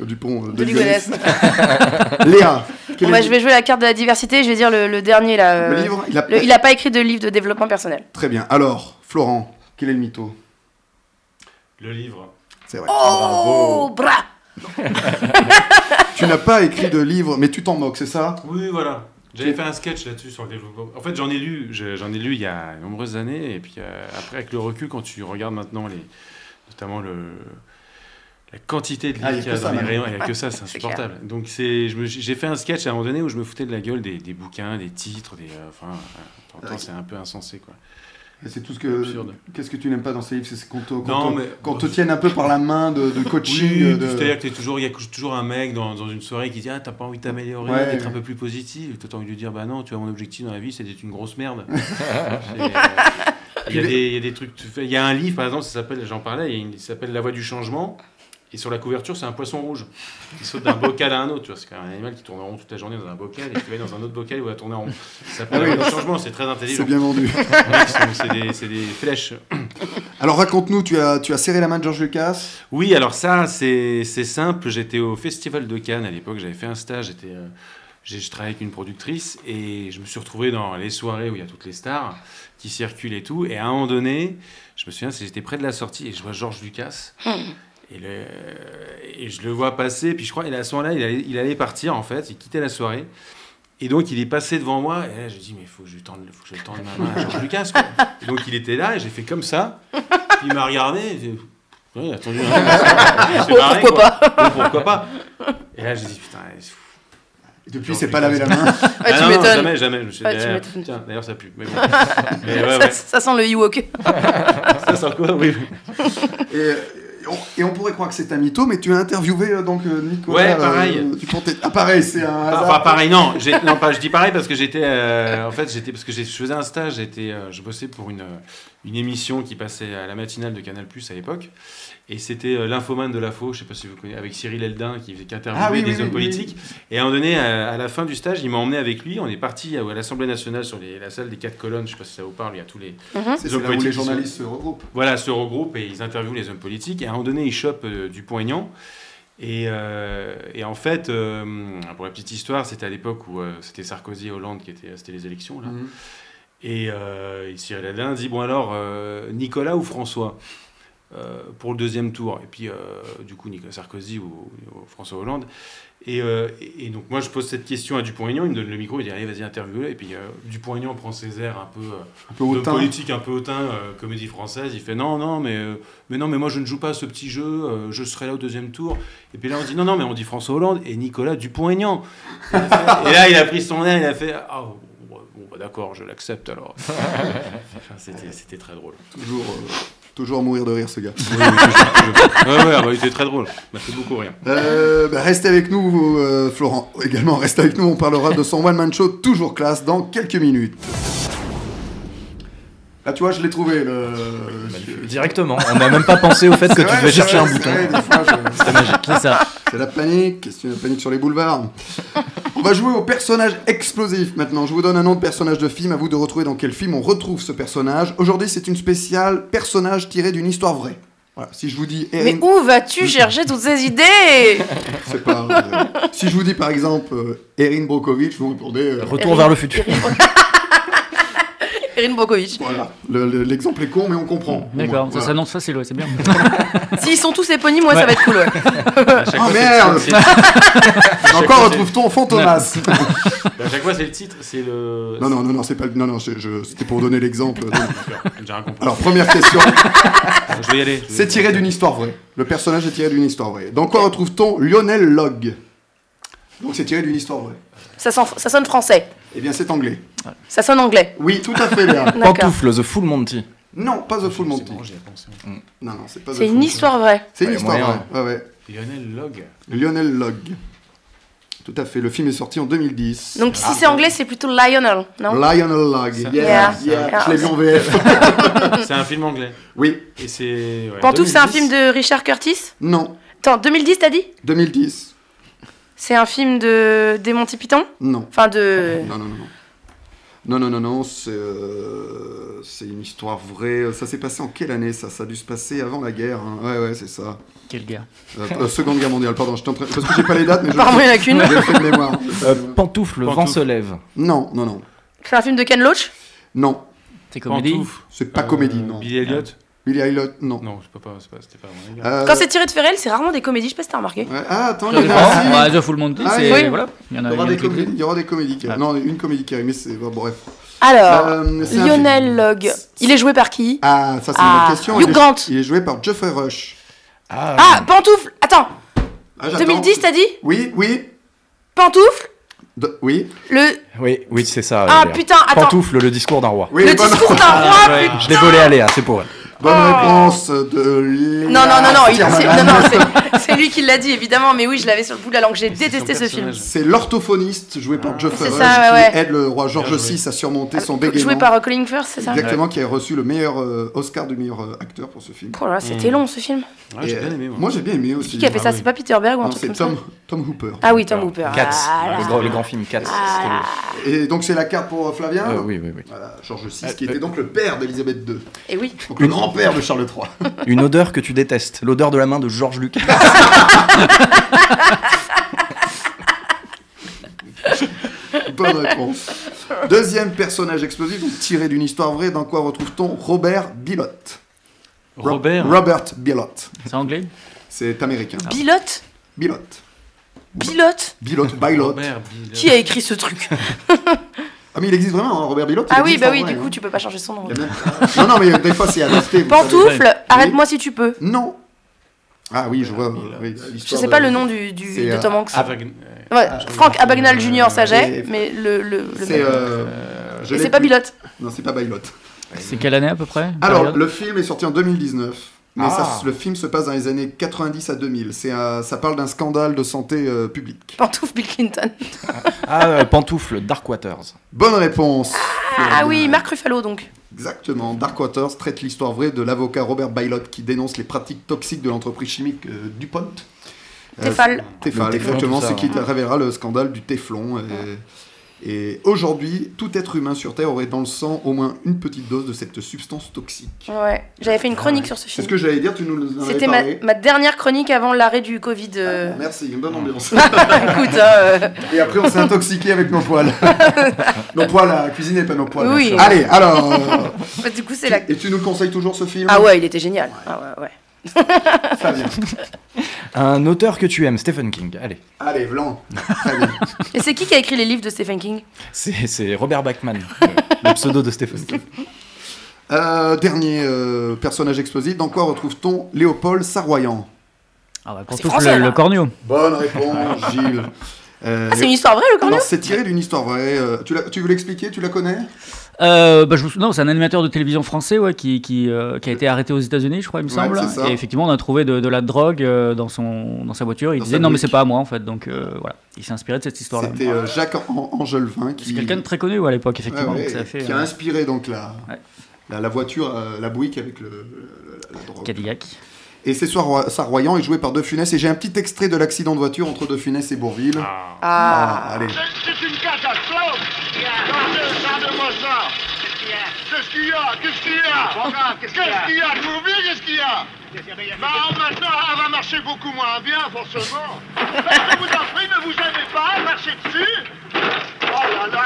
[SPEAKER 2] euh, Dupont euh,
[SPEAKER 3] de
[SPEAKER 2] de
[SPEAKER 3] du
[SPEAKER 2] Ligonnès.
[SPEAKER 3] Gonesse.
[SPEAKER 2] Léa. quel
[SPEAKER 3] Bon, bah,
[SPEAKER 2] est le-
[SPEAKER 3] je vais jouer la carte de la diversité, je vais dire le, le dernier là. euh,
[SPEAKER 2] Le livre, il a...
[SPEAKER 3] le- il n'a pas écrit de livre de développement personnel.
[SPEAKER 2] Très bien. Alors, Florent, quel est le mytho
[SPEAKER 5] Le livre.
[SPEAKER 2] C'est vrai.
[SPEAKER 3] Oh, bra
[SPEAKER 2] Tu n'as pas écrit de livre, mais tu t'en moques, c'est ça
[SPEAKER 5] Oui, voilà. J'avais fait un sketch là-dessus sur le développement. En fait, j'en ai lu, j'ai- j'en ai lu il y a de nombreuses années, et puis euh, après, avec le recul, quand tu regardes maintenant les, notamment le, la quantité de
[SPEAKER 2] Ah,
[SPEAKER 5] livres
[SPEAKER 2] il y a
[SPEAKER 5] qu'il y
[SPEAKER 2] que
[SPEAKER 5] a
[SPEAKER 2] ça,
[SPEAKER 5] dans les
[SPEAKER 2] maintenant.
[SPEAKER 5] rayons, il n'y a que ça, c'est
[SPEAKER 3] C'est clair.
[SPEAKER 5] insupportable. Donc c'est, je me- j'ai fait un sketch à un moment donné où je me foutais de la gueule des, des bouquins, des titres, des, euh, enfin, euh, de temps en temps, c'est un peu insensé, quoi.
[SPEAKER 2] C'est tout ce que.
[SPEAKER 5] Absurde.
[SPEAKER 2] Qu'est-ce que tu n'aimes pas dans ces livres C'est qu'on te, qu'on
[SPEAKER 5] Non,
[SPEAKER 2] te-
[SPEAKER 5] mais- bah,
[SPEAKER 2] qu'on te tienne un peu par la main de, de coaching. euh,
[SPEAKER 5] Oui,
[SPEAKER 2] de-
[SPEAKER 5] c'est-à-dire que t'es toujours, il y a toujours un mec dans, dans une soirée qui dit ah t'as pas envie de t'améliorer,
[SPEAKER 2] Ouais,
[SPEAKER 5] d'être
[SPEAKER 2] ouais.
[SPEAKER 5] un peu plus positif, tout t'as envie de lui dire bah non, tu vois mon objectif dans la vie c'est d'être une grosse merde. C'est, euh, Il y, a des- il y a des trucs, tu fais- il y a un livre par exemple, ça s'appelle, j'en parlais, il y a une- il s'appelle La Voix du changement. Et sur la couverture, c'est un poisson rouge qui saute d'un bocal à un autre. tu vois, C'est quand même un animal qui tourne en rond toute la journée dans un bocal et qui va dans un autre bocal et va tourner en rond. Ça s'appelle
[SPEAKER 2] Ah oui.
[SPEAKER 5] La Voix du changement, c'est très
[SPEAKER 2] C'est
[SPEAKER 5] intelligent.
[SPEAKER 2] bien vendu.
[SPEAKER 5] C'est des- c'est des flèches.
[SPEAKER 2] Alors raconte-nous, tu as, tu as serré la main de Georges Lucas.
[SPEAKER 5] Oui, alors ça, c'est c'est simple. J'étais au Festival de Cannes à l'époque, j'avais fait un stage, j'étais, euh, j'ai- je travaillais avec une productrice et je me suis retrouvé dans les soirées où il y a toutes les stars qui circulent et tout. Et à un moment donné, je me souviens, c'est- j'étais près de la sortie et je vois Georges Lucas. Et, le- et je le vois passer, puis je crois, et à ce moment-là, il allait, il allait partir en fait, il quittait la soirée. Et donc il est passé devant moi, et là je dis, mais faut que je tende, faut que je tende ma main à Georges Lucas. quoi. Et donc il était là, et j'ai fait comme ça, puis il m'a regardé, et j'ai- Ouais, il a tendu la main.
[SPEAKER 3] Oh, pourquoi
[SPEAKER 5] pas Pourquoi pas Et là j'ai dit, putain, c'est fou.
[SPEAKER 2] Et depuis,
[SPEAKER 5] Georges
[SPEAKER 2] c'est pas
[SPEAKER 5] Lucas.
[SPEAKER 2] lavé la main.
[SPEAKER 3] Ah, tu
[SPEAKER 5] non, non,
[SPEAKER 3] m'étonnes.
[SPEAKER 5] jamais, jamais. Je me suis
[SPEAKER 3] Ah,
[SPEAKER 5] dit,
[SPEAKER 3] tu
[SPEAKER 5] ah,
[SPEAKER 3] m'étonnes.
[SPEAKER 5] tiens, d'ailleurs ça pue. Mais bon. Mais ouais,
[SPEAKER 3] ça,
[SPEAKER 5] ouais.
[SPEAKER 3] ça sent le Ewok.
[SPEAKER 5] Ça sent quoi Oui, oui.
[SPEAKER 2] Et, et on, et on pourrait croire que c'est un mytho, mais tu as interviewé euh, donc euh, Nicolas.
[SPEAKER 5] Ouais, pareil.
[SPEAKER 2] euh, Dupont- Ah, pareil, c'est un hasard.
[SPEAKER 5] Enfin, pareil, non. j'ai- Non, pas, je dis pareil parce que j'étais. euh, en fait, j'étais parce que j'ai- je faisais un stage. J'étais, euh, je bossais pour une, euh, une émission qui passait à la matinale de Canal Plus à l'époque, et c'était euh, l'infomane de la faux. Je sais pas si vous connaissez, avec Cyril Eldin qui faisait qu'interviewer
[SPEAKER 2] Ah oui,
[SPEAKER 5] des
[SPEAKER 2] oui,
[SPEAKER 5] hommes
[SPEAKER 2] oui,
[SPEAKER 5] politiques. Et à un moment donné, à, à la fin du stage, il m'a emmené avec lui. On est parti à, à l'Assemblée nationale sur les- la salle des quatre colonnes. Je sais pas si ça vous parle. Il y a tous les
[SPEAKER 2] C'est
[SPEAKER 5] Les hommes
[SPEAKER 2] là où les
[SPEAKER 5] politiques
[SPEAKER 2] journalistes se regroupent.
[SPEAKER 5] voilà, se regroupent et ils interviewent les hommes politiques. Et à un moment donné, ils chopent euh, Dupont-Aignan. Et, euh, et en fait, euh, pour la petite histoire, c'était à l'époque où euh, c'était Sarkozy et Hollande qui étaient, c'était les élections là.
[SPEAKER 2] Mhm.
[SPEAKER 5] Et euh, et Cyril Adin dit bon alors euh, Nicolas ou François Euh, pour le deuxième tour. Et puis euh, du coup Nicolas Sarkozy ou, ou François Hollande. Et, euh, et- et donc moi je pose cette question à Dupont-Aignan, il me donne le micro, il dit allez vas-y interviewe. Et puis euh, Dupont-Aignan prend ses airs un peu euh,
[SPEAKER 2] Un peu
[SPEAKER 5] de
[SPEAKER 2] hautain.
[SPEAKER 5] politique un peu hautain, euh, comédie française. Il fait non, non, mais, euh, mais non, mais moi je ne joue pas à ce petit jeu, euh, je serai là au deuxième tour. Et puis là on dit non, non, mais on dit François Hollande et Nicolas Dupont-Aignan. Et là il a pris son air, il a fait ah, bon, bah, d'accord, je l'accepte alors. Enfin, c'était, c'était très drôle.
[SPEAKER 2] Toujours, euh, Toujours à mourir de rire, ce gars.
[SPEAKER 5] Oui, oui, toujours, toujours. Ouais, ouais, ah bah, il était très drôle. Il m'a fait beaucoup rire.
[SPEAKER 2] Euh, bah, restez avec nous, euh, Florent. Également, restez avec nous. On parlera de son one-man show toujours classe dans quelques minutes. Ah, tu vois, je l'ai trouvé. Le...
[SPEAKER 4] Directement. On n'a même pas pensé au fait que tu
[SPEAKER 2] C'est vrai,
[SPEAKER 4] devais
[SPEAKER 2] c'est
[SPEAKER 4] chercher un
[SPEAKER 2] vrai,
[SPEAKER 4] bouton.
[SPEAKER 2] c'est vrai, des fois, je-
[SPEAKER 4] C'était magique.
[SPEAKER 6] C'est ça.
[SPEAKER 2] C'est la panique, c'est la panique sur les boulevards. On va jouer au personnage explosif maintenant. Je vous donne un nom de personnage de film, à vous de retrouver dans quel film on retrouve ce personnage. Aujourd'hui, c'est une spéciale personnage tiré d'une histoire vraie. Voilà, si je vous dis
[SPEAKER 3] Mais
[SPEAKER 2] Erin,
[SPEAKER 3] où vas-tu chercher toutes ces idées
[SPEAKER 2] c'est pas euh, Si je vous dis par exemple euh, Erin Brokovich, vous répondez euh,
[SPEAKER 4] Retour vers le futur.
[SPEAKER 3] Erin Brokovich.
[SPEAKER 2] voilà. Le- le- L'exemple est con, mais on comprend.
[SPEAKER 6] D'accord,
[SPEAKER 2] Au moins,
[SPEAKER 6] ça
[SPEAKER 2] voilà.
[SPEAKER 6] s'annonce facile, ouais, c'est bien.
[SPEAKER 3] S'ils sont tous éponymes, moi ça
[SPEAKER 6] Ouais.
[SPEAKER 3] va être cool. ouais.
[SPEAKER 5] À chaque
[SPEAKER 2] Ah,
[SPEAKER 5] fois, c'est-
[SPEAKER 2] merde
[SPEAKER 5] c'est- à
[SPEAKER 2] Encore retrouve-t-on Fantomas
[SPEAKER 5] Bah, chaque fois, c'est le titre. C'est le.
[SPEAKER 2] Non, non, non, non, c'est pas. Non, non, je- je- c'était pour donner l'exemple. euh,
[SPEAKER 5] J'ai rien compris.
[SPEAKER 2] Alors, première question.
[SPEAKER 5] Je vais y aller.
[SPEAKER 2] C'est tiré d'une histoire vraie. Le personnage est tiré d'une histoire vraie. Dans quoi retrouve-t-on Lionel Log Donc c'est tiré d'une histoire vraie.
[SPEAKER 3] Ça, s'en- ça sonne français.
[SPEAKER 2] Eh bien c'est anglais.
[SPEAKER 3] Ça sonne anglais.
[SPEAKER 2] Oui, tout à fait bien.
[SPEAKER 3] D'accord.
[SPEAKER 4] Pantoufle, The Full Monty.
[SPEAKER 2] Non, pas The Full Monty. Mm.
[SPEAKER 5] Bon, j'y ai pensé.
[SPEAKER 2] Non, non, c'est pas The
[SPEAKER 3] C'est
[SPEAKER 2] Full
[SPEAKER 3] une
[SPEAKER 2] Monty.
[SPEAKER 3] histoire vraie.
[SPEAKER 2] C'est une
[SPEAKER 4] Ouais,
[SPEAKER 2] histoire
[SPEAKER 4] moyen.
[SPEAKER 2] vraie. Ouais, ouais.
[SPEAKER 5] Lionel Log.
[SPEAKER 2] Lionel Log. Tout à fait. Le film est sorti en 2010.
[SPEAKER 3] Donc si c'est anglais, c'est plutôt Lionel, non
[SPEAKER 2] Ah, Lionel Log. Yeah,
[SPEAKER 3] Yeah.
[SPEAKER 2] yeah.
[SPEAKER 3] Yeah.
[SPEAKER 2] Je l'ai vu en VF.
[SPEAKER 5] C'est un film anglais.
[SPEAKER 2] oui.
[SPEAKER 5] Et c'est. ouais,
[SPEAKER 3] Pantoufle, c'est un
[SPEAKER 5] 2010.
[SPEAKER 3] film de Richard Curtis
[SPEAKER 2] Non.
[SPEAKER 3] Attends, 2010 t'as dit
[SPEAKER 2] 2010.
[SPEAKER 3] C'est un film de des Monty Python
[SPEAKER 2] Non.
[SPEAKER 3] Enfin de...
[SPEAKER 2] Non, non, non, non. Non, non, non, non, c'est euh, c'est une histoire vraie. Ça s'est passé en quelle année ça Ça a dû se passer avant la guerre. hein. Ouais, ouais, c'est ça.
[SPEAKER 6] Quel gars.
[SPEAKER 2] Euh, euh, Seconde guerre mondiale, pardon, je t'entraîne. Parce que j'ai pas les dates, mais je.
[SPEAKER 3] Par moi, il y en a qu'une.
[SPEAKER 2] J'ai fait de mémoire.
[SPEAKER 4] Euh, Pantoufle, le vent
[SPEAKER 5] Pantoufle.
[SPEAKER 4] se lève.
[SPEAKER 2] Non, non, non.
[SPEAKER 3] C'est un film de Ken Loach
[SPEAKER 2] Non,
[SPEAKER 6] C'est comédie.
[SPEAKER 5] Pantoufle.
[SPEAKER 2] c'est pas
[SPEAKER 5] Euh,
[SPEAKER 2] comédie, non.
[SPEAKER 5] Billy Elliot
[SPEAKER 2] Billy Elliot, non.
[SPEAKER 5] Non, c'est pas, c'est pas, c'était pas mon gars.
[SPEAKER 2] Euh,
[SPEAKER 3] Quand c'est tiré de Ferrel, c'est rarement des comédies, je sais pas si t'as remarqué.
[SPEAKER 2] ouais, Ah, attends, il y en a aussi.
[SPEAKER 6] Ah, ouais, The Full Monty,
[SPEAKER 2] Ah,
[SPEAKER 6] c'est.
[SPEAKER 2] oui.
[SPEAKER 6] Voilà. Il y en
[SPEAKER 2] Il
[SPEAKER 6] a il
[SPEAKER 2] y, aura
[SPEAKER 6] y en a
[SPEAKER 2] des
[SPEAKER 6] qui-
[SPEAKER 2] comédies, il y aura des comédies qui
[SPEAKER 6] Ah.
[SPEAKER 2] Non, une comédie qui arrive, mais c'est. bon, bref.
[SPEAKER 3] Alors,
[SPEAKER 2] Euh, c'est un film.
[SPEAKER 3] Lionel Log, il est joué par qui
[SPEAKER 2] Ah, ça, c'est
[SPEAKER 3] Ah,
[SPEAKER 2] une bonne question.
[SPEAKER 3] Hugh
[SPEAKER 2] il, est...
[SPEAKER 3] Grant.
[SPEAKER 2] il est joué par Geoffrey Rush.
[SPEAKER 3] Ah, Pantoufle Attends,
[SPEAKER 2] Ah, j'attends.
[SPEAKER 3] 2010 t'as dit
[SPEAKER 2] Oui, oui.
[SPEAKER 3] Pantoufle
[SPEAKER 2] de- Oui.
[SPEAKER 3] Le...
[SPEAKER 4] Oui, oui, c'est ça.
[SPEAKER 3] Ah
[SPEAKER 4] Léa.
[SPEAKER 3] putain, attends
[SPEAKER 4] Pantoufle, le discours d'un roi.
[SPEAKER 2] Oui,
[SPEAKER 3] Le
[SPEAKER 2] bonne-
[SPEAKER 3] discours d'un roi,
[SPEAKER 5] ouais.
[SPEAKER 4] Je l'ai volé à Léa, c'est pour elle.
[SPEAKER 2] Bonne
[SPEAKER 3] Oh.
[SPEAKER 2] réponse de Léa.
[SPEAKER 3] Non, non, non, non, il-
[SPEAKER 2] Tierman.
[SPEAKER 3] c'est, non, non, c'est- c'est lui qui l'a dit, évidemment, mais oui, je l'avais sur le bout de la langue, j'ai
[SPEAKER 5] C'est
[SPEAKER 3] détesté
[SPEAKER 5] son
[SPEAKER 3] ce film.
[SPEAKER 5] personnage.
[SPEAKER 2] C'est l'orthophoniste joué par Geoffrey
[SPEAKER 3] C'est
[SPEAKER 2] Rush
[SPEAKER 3] ça, ouais,
[SPEAKER 2] qui
[SPEAKER 3] ouais.
[SPEAKER 2] aide le roi George
[SPEAKER 5] Bien joué.
[SPEAKER 2] VI à surmonter son
[SPEAKER 3] Avec-
[SPEAKER 2] bégaiement.
[SPEAKER 3] Joué par euh, Colin Firth, c'est ça
[SPEAKER 2] Exactement, qui a reçu le meilleur euh, Oscar du meilleur euh, acteur pour ce film.
[SPEAKER 3] Oh là là, c'était
[SPEAKER 5] Mm.
[SPEAKER 3] long ce film.
[SPEAKER 5] Ouais, j'ai
[SPEAKER 2] Et, euh,
[SPEAKER 5] bien aimé, moi.
[SPEAKER 2] j'ai bien aimé aussi.
[SPEAKER 3] Qui a fait
[SPEAKER 5] Ah
[SPEAKER 3] ça
[SPEAKER 5] oui.
[SPEAKER 3] C'est pas Peter Berg ou un
[SPEAKER 2] Non,
[SPEAKER 3] truc
[SPEAKER 2] c'est
[SPEAKER 3] comme
[SPEAKER 2] Tom,
[SPEAKER 3] ça
[SPEAKER 2] Tom Hooper.
[SPEAKER 3] Ah oui, Tom Hooper.
[SPEAKER 4] Cats,
[SPEAKER 3] Ah
[SPEAKER 4] le,
[SPEAKER 3] là
[SPEAKER 4] grand- le
[SPEAKER 3] là.
[SPEAKER 4] grand film Cats.
[SPEAKER 3] Ah.
[SPEAKER 2] Et donc c'est la carte pour euh, Flavien.
[SPEAKER 4] c'était le- Euh, oui, oui, oui.
[SPEAKER 2] Voilà, George
[SPEAKER 5] Euh,
[SPEAKER 2] VI, qui était donc le père d'Elisabeth II,
[SPEAKER 3] Et oui.
[SPEAKER 2] donc le grand-père de Charles III.
[SPEAKER 4] Une odeur que tu détestes, l'odeur de la main de Georges Lucas.
[SPEAKER 2] Bonne réponse. Deuxième personnage explosif, donc tiré d'une histoire vraie, dans quoi retrouve-t-on Robert Billot Ro-
[SPEAKER 5] Robert.
[SPEAKER 2] Robert Billot.
[SPEAKER 6] C'est anglais
[SPEAKER 2] C'est américain.
[SPEAKER 3] Ah. Pilote
[SPEAKER 2] Billot.
[SPEAKER 3] Pilote
[SPEAKER 2] Billot, Bylot.
[SPEAKER 5] Robert Billy
[SPEAKER 3] Qui a écrit ce truc
[SPEAKER 2] Ah mais il existe vraiment, hein, Robert Billot il
[SPEAKER 3] Ah oui,
[SPEAKER 2] existe
[SPEAKER 3] bah
[SPEAKER 2] en
[SPEAKER 3] oui,
[SPEAKER 2] vrai,
[SPEAKER 3] du
[SPEAKER 2] hein.
[SPEAKER 3] coup, tu peux pas changer son nom.
[SPEAKER 2] Il y a même- Non, non, mais euh, des fois c'est adapté. vous savez.
[SPEAKER 3] Pantoufle, arrête-moi si tu peux.
[SPEAKER 2] Non. Ah oui, je vois.
[SPEAKER 5] Billot.
[SPEAKER 2] oui,
[SPEAKER 3] Je
[SPEAKER 2] l'histoire
[SPEAKER 3] sais
[SPEAKER 2] de-
[SPEAKER 3] pas le nom du, du-
[SPEAKER 2] C'est,
[SPEAKER 3] de
[SPEAKER 2] euh, Ah,
[SPEAKER 3] Tom Hanks.
[SPEAKER 5] Avag-
[SPEAKER 3] Ouais, Franck Abagnale Jr. ça j'ai,
[SPEAKER 2] c'est-
[SPEAKER 3] mais le. le, le
[SPEAKER 2] C'est.
[SPEAKER 3] mec.
[SPEAKER 2] euh, je
[SPEAKER 3] Et
[SPEAKER 2] l'ai
[SPEAKER 3] c'est pas
[SPEAKER 2] plus.
[SPEAKER 3] Pilote.
[SPEAKER 2] Non, c'est pas Bylot.
[SPEAKER 6] C'est quelle année à peu près
[SPEAKER 2] Alors,
[SPEAKER 6] Période
[SPEAKER 2] le film est sorti en 2019. Mais
[SPEAKER 4] Ah.
[SPEAKER 2] ça- le film se passe dans les années 90 à 2000. C'est un- ça parle d'un scandale de santé euh, publique.
[SPEAKER 3] Pantoufle Bill Clinton.
[SPEAKER 4] Ah, euh, pantoufle, Dark Waters.
[SPEAKER 2] Bonne réponse.
[SPEAKER 3] Ah oui, Marc Ruffalo donc.
[SPEAKER 2] Exactement. Dark Waters traite l'histoire vraie de l'avocat Robert Bylot qui dénonce les pratiques toxiques de l'entreprise chimique euh, DuPont. Euh,
[SPEAKER 3] Tefal.
[SPEAKER 2] Tefal,
[SPEAKER 4] Le Teflon,
[SPEAKER 2] exactement,
[SPEAKER 4] tout ça,
[SPEAKER 2] ce qui
[SPEAKER 4] ouais.
[SPEAKER 2] révélera le scandale du Teflon. euh, Et aujourd'hui, tout être humain sur Terre aurait dans le sang au moins une petite dose de cette substance toxique.
[SPEAKER 3] Ouais, j'avais fait une chronique sur ce
[SPEAKER 2] Ah, C'est ce
[SPEAKER 3] film.
[SPEAKER 2] que j'allais dire, tu nous en avais
[SPEAKER 3] C'était ma,
[SPEAKER 2] parlé.
[SPEAKER 3] ma dernière chronique avant l'arrêt du Covid. euh.
[SPEAKER 2] Ah, Merci, une bonne ambiance.
[SPEAKER 3] Écoute, hein, euh,
[SPEAKER 2] Et après, on s'est intoxiqué avec nos poils. nos poils à cuisiner, pas nos poils.
[SPEAKER 3] Oui.
[SPEAKER 2] bien sûr. Allez, alors. euh,
[SPEAKER 3] bah, du coup, c'est la.
[SPEAKER 2] Et tu nous conseilles toujours ce film
[SPEAKER 3] Ah ouais, il était génial. Ah ouais, ouais.
[SPEAKER 2] Fabien.
[SPEAKER 4] Un auteur que tu aimes, Stephen King. Allez,
[SPEAKER 2] Allez, Vlan. Très bien.
[SPEAKER 3] Et c'est qui qui a écrit les livres de Stephen King
[SPEAKER 4] c'est c'est Robert Bachman, euh, le pseudo de Stephen King.
[SPEAKER 2] Euh, dernier euh, personnage explosif. Dans quoi retrouve-t-on Léopold Saroyan
[SPEAKER 6] Ah ouais,
[SPEAKER 3] C'est
[SPEAKER 6] Pantoufle,
[SPEAKER 3] français,
[SPEAKER 6] le,
[SPEAKER 3] là.
[SPEAKER 6] le corneau.
[SPEAKER 2] Bonne réponse, Gilles. Euh,
[SPEAKER 3] Ah, c'est une histoire vraie, le
[SPEAKER 2] Non,
[SPEAKER 3] corneau
[SPEAKER 2] c'est tiré d'une histoire vraie. Euh, tu, la- tu veux l'expliquer Tu la connais
[SPEAKER 6] Euh, bah, je me sou- Non, c'est un animateur de télévision français ouais, qui, qui, euh, qui a été arrêté aux États-Unis, je crois, il me
[SPEAKER 2] Ouais,
[SPEAKER 6] semble.
[SPEAKER 2] c'est ça.
[SPEAKER 6] Et effectivement, on a trouvé de, de la drogue euh, dans, son, dans sa voiture. Il
[SPEAKER 2] Dans
[SPEAKER 6] disait
[SPEAKER 2] sa
[SPEAKER 6] non, mais
[SPEAKER 2] brique.
[SPEAKER 6] c'est pas à moi en fait. Donc euh, voilà, il s'est inspiré de cette histoire-là.
[SPEAKER 2] C'était euh, Jacques An- Angelvin qui.
[SPEAKER 6] C'est quelqu'un de très connu ouais, à l'époque,
[SPEAKER 2] Ouais,
[SPEAKER 6] effectivement.
[SPEAKER 2] Ah ouais,
[SPEAKER 6] donc ça fait,
[SPEAKER 2] qui a
[SPEAKER 6] euh,
[SPEAKER 2] inspiré donc la,
[SPEAKER 6] Ouais.
[SPEAKER 2] la, la voiture, euh, la Buick avec le, le- la, la drogue.
[SPEAKER 6] Cadillac.
[SPEAKER 2] Et c'est Soi- Sarroyan est joué par De Funès. Et j'ai un petit extrait de l'accident de voiture entre De Funès et Bourville.
[SPEAKER 5] Ah.
[SPEAKER 2] Ah,
[SPEAKER 3] Ah,
[SPEAKER 2] allez.
[SPEAKER 7] C'est une catastrophe Regardez-moi ça Qu'est-ce qu'il y a Qu'est-ce qu'il y a Qu'est-ce qu'il y a Je vous dis, qu'est-ce qu'il y a Bah, maintenant, elle va marcher beaucoup moins bien, forcément Bah, Je vous en prie, ne vous aimez pas, marchez dessus Oh là là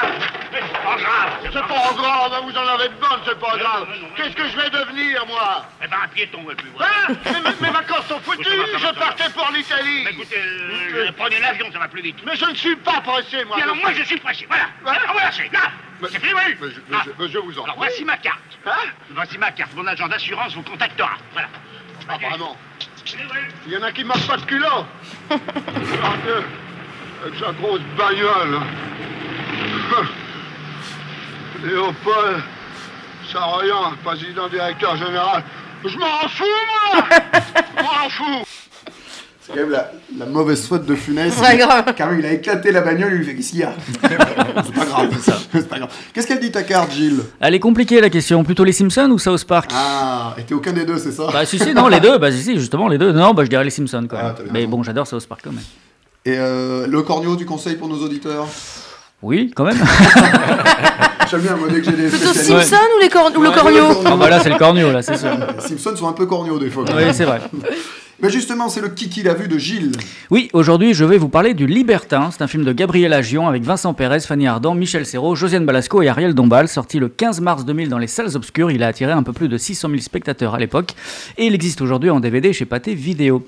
[SPEAKER 7] Mais c'est pas grave C'est pas grave, hein, vous en avez de bonnes, c'est pas grave Qu'est-ce que je vais devenir, moi
[SPEAKER 8] Eh ben, un piéton, le plus vrai.
[SPEAKER 7] Hein Mais mes- Mes vacances sont foutues Je partais pour l'Italie
[SPEAKER 8] Écoutez, euh, prenez l'avion, ça va plus vite.
[SPEAKER 7] Mais je ne suis pas pressé, moi
[SPEAKER 8] Et alors, moi, je suis pressé, voilà.
[SPEAKER 7] Ouais.
[SPEAKER 8] Alors, voilà, c'est là. C'est fini, oui.
[SPEAKER 7] Mais je- mais
[SPEAKER 8] Ah.
[SPEAKER 7] je- mais je vous en
[SPEAKER 8] Alors,
[SPEAKER 7] prie.
[SPEAKER 8] voici ma carte.
[SPEAKER 7] Hein
[SPEAKER 8] Voici ma carte. Mon agent d'assurance vous contactera. Voilà.
[SPEAKER 7] Ah, vraiment Il y en a qui marchent pas de culot Sérieux, Avec sa grosse bagnole Léopold Saroyan, président directeur général. Je m'en fous, moi Je m'en fous
[SPEAKER 2] C'est quand même la, la mauvaise faute de Funès.
[SPEAKER 3] Ouais, grave.
[SPEAKER 2] Car il a éclaté la bagnole, il lui fait qu'est-ce qu'il y a C'est pas grave, ça. C'est pas grave. Qu'est-ce qu'elle dit ta carte, Gilles
[SPEAKER 6] Elle est compliquée la question. Plutôt les Simpsons ou South Park
[SPEAKER 2] Ah, et t'es aucun des deux, c'est ça
[SPEAKER 6] Bah si, si, non, les deux. Bah si, si, justement, les deux. Non, bah je dirais les Simpsons quand
[SPEAKER 2] Ah,
[SPEAKER 6] même.
[SPEAKER 2] t'as bien
[SPEAKER 6] mais
[SPEAKER 2] raison.
[SPEAKER 6] bon, j'adore South Park quand même.
[SPEAKER 2] Et euh, le corneau du conseil pour nos auditeurs
[SPEAKER 6] Oui, quand même.
[SPEAKER 2] J'aime bien, moi, dès que j'ai des
[SPEAKER 3] plutôt
[SPEAKER 2] spécialistes.
[SPEAKER 3] Simpson ou, les corn- ou le
[SPEAKER 2] Ouais,
[SPEAKER 3] corneau
[SPEAKER 6] ah bah là, c'est le corneau, là, c'est sûr.
[SPEAKER 2] Les Simpsons sont un peu corneaux, des fois.
[SPEAKER 6] Oui, c'est vrai.
[SPEAKER 2] Mais justement, c'est le qui l'a vu de Gilles.
[SPEAKER 6] Oui, aujourd'hui, je vais vous parler du Libertin. C'est un film de Gabriel Agion avec Vincent Pérez, Fanny Ardant, Michel Serrault, Josiane Balasco et Ariel Dombal. Sorti le 15 mars 2000 dans les salles obscures, il a attiré un peu plus de 600 000 spectateurs à l'époque et il existe aujourd'hui en DVD chez Pathé Vidéo.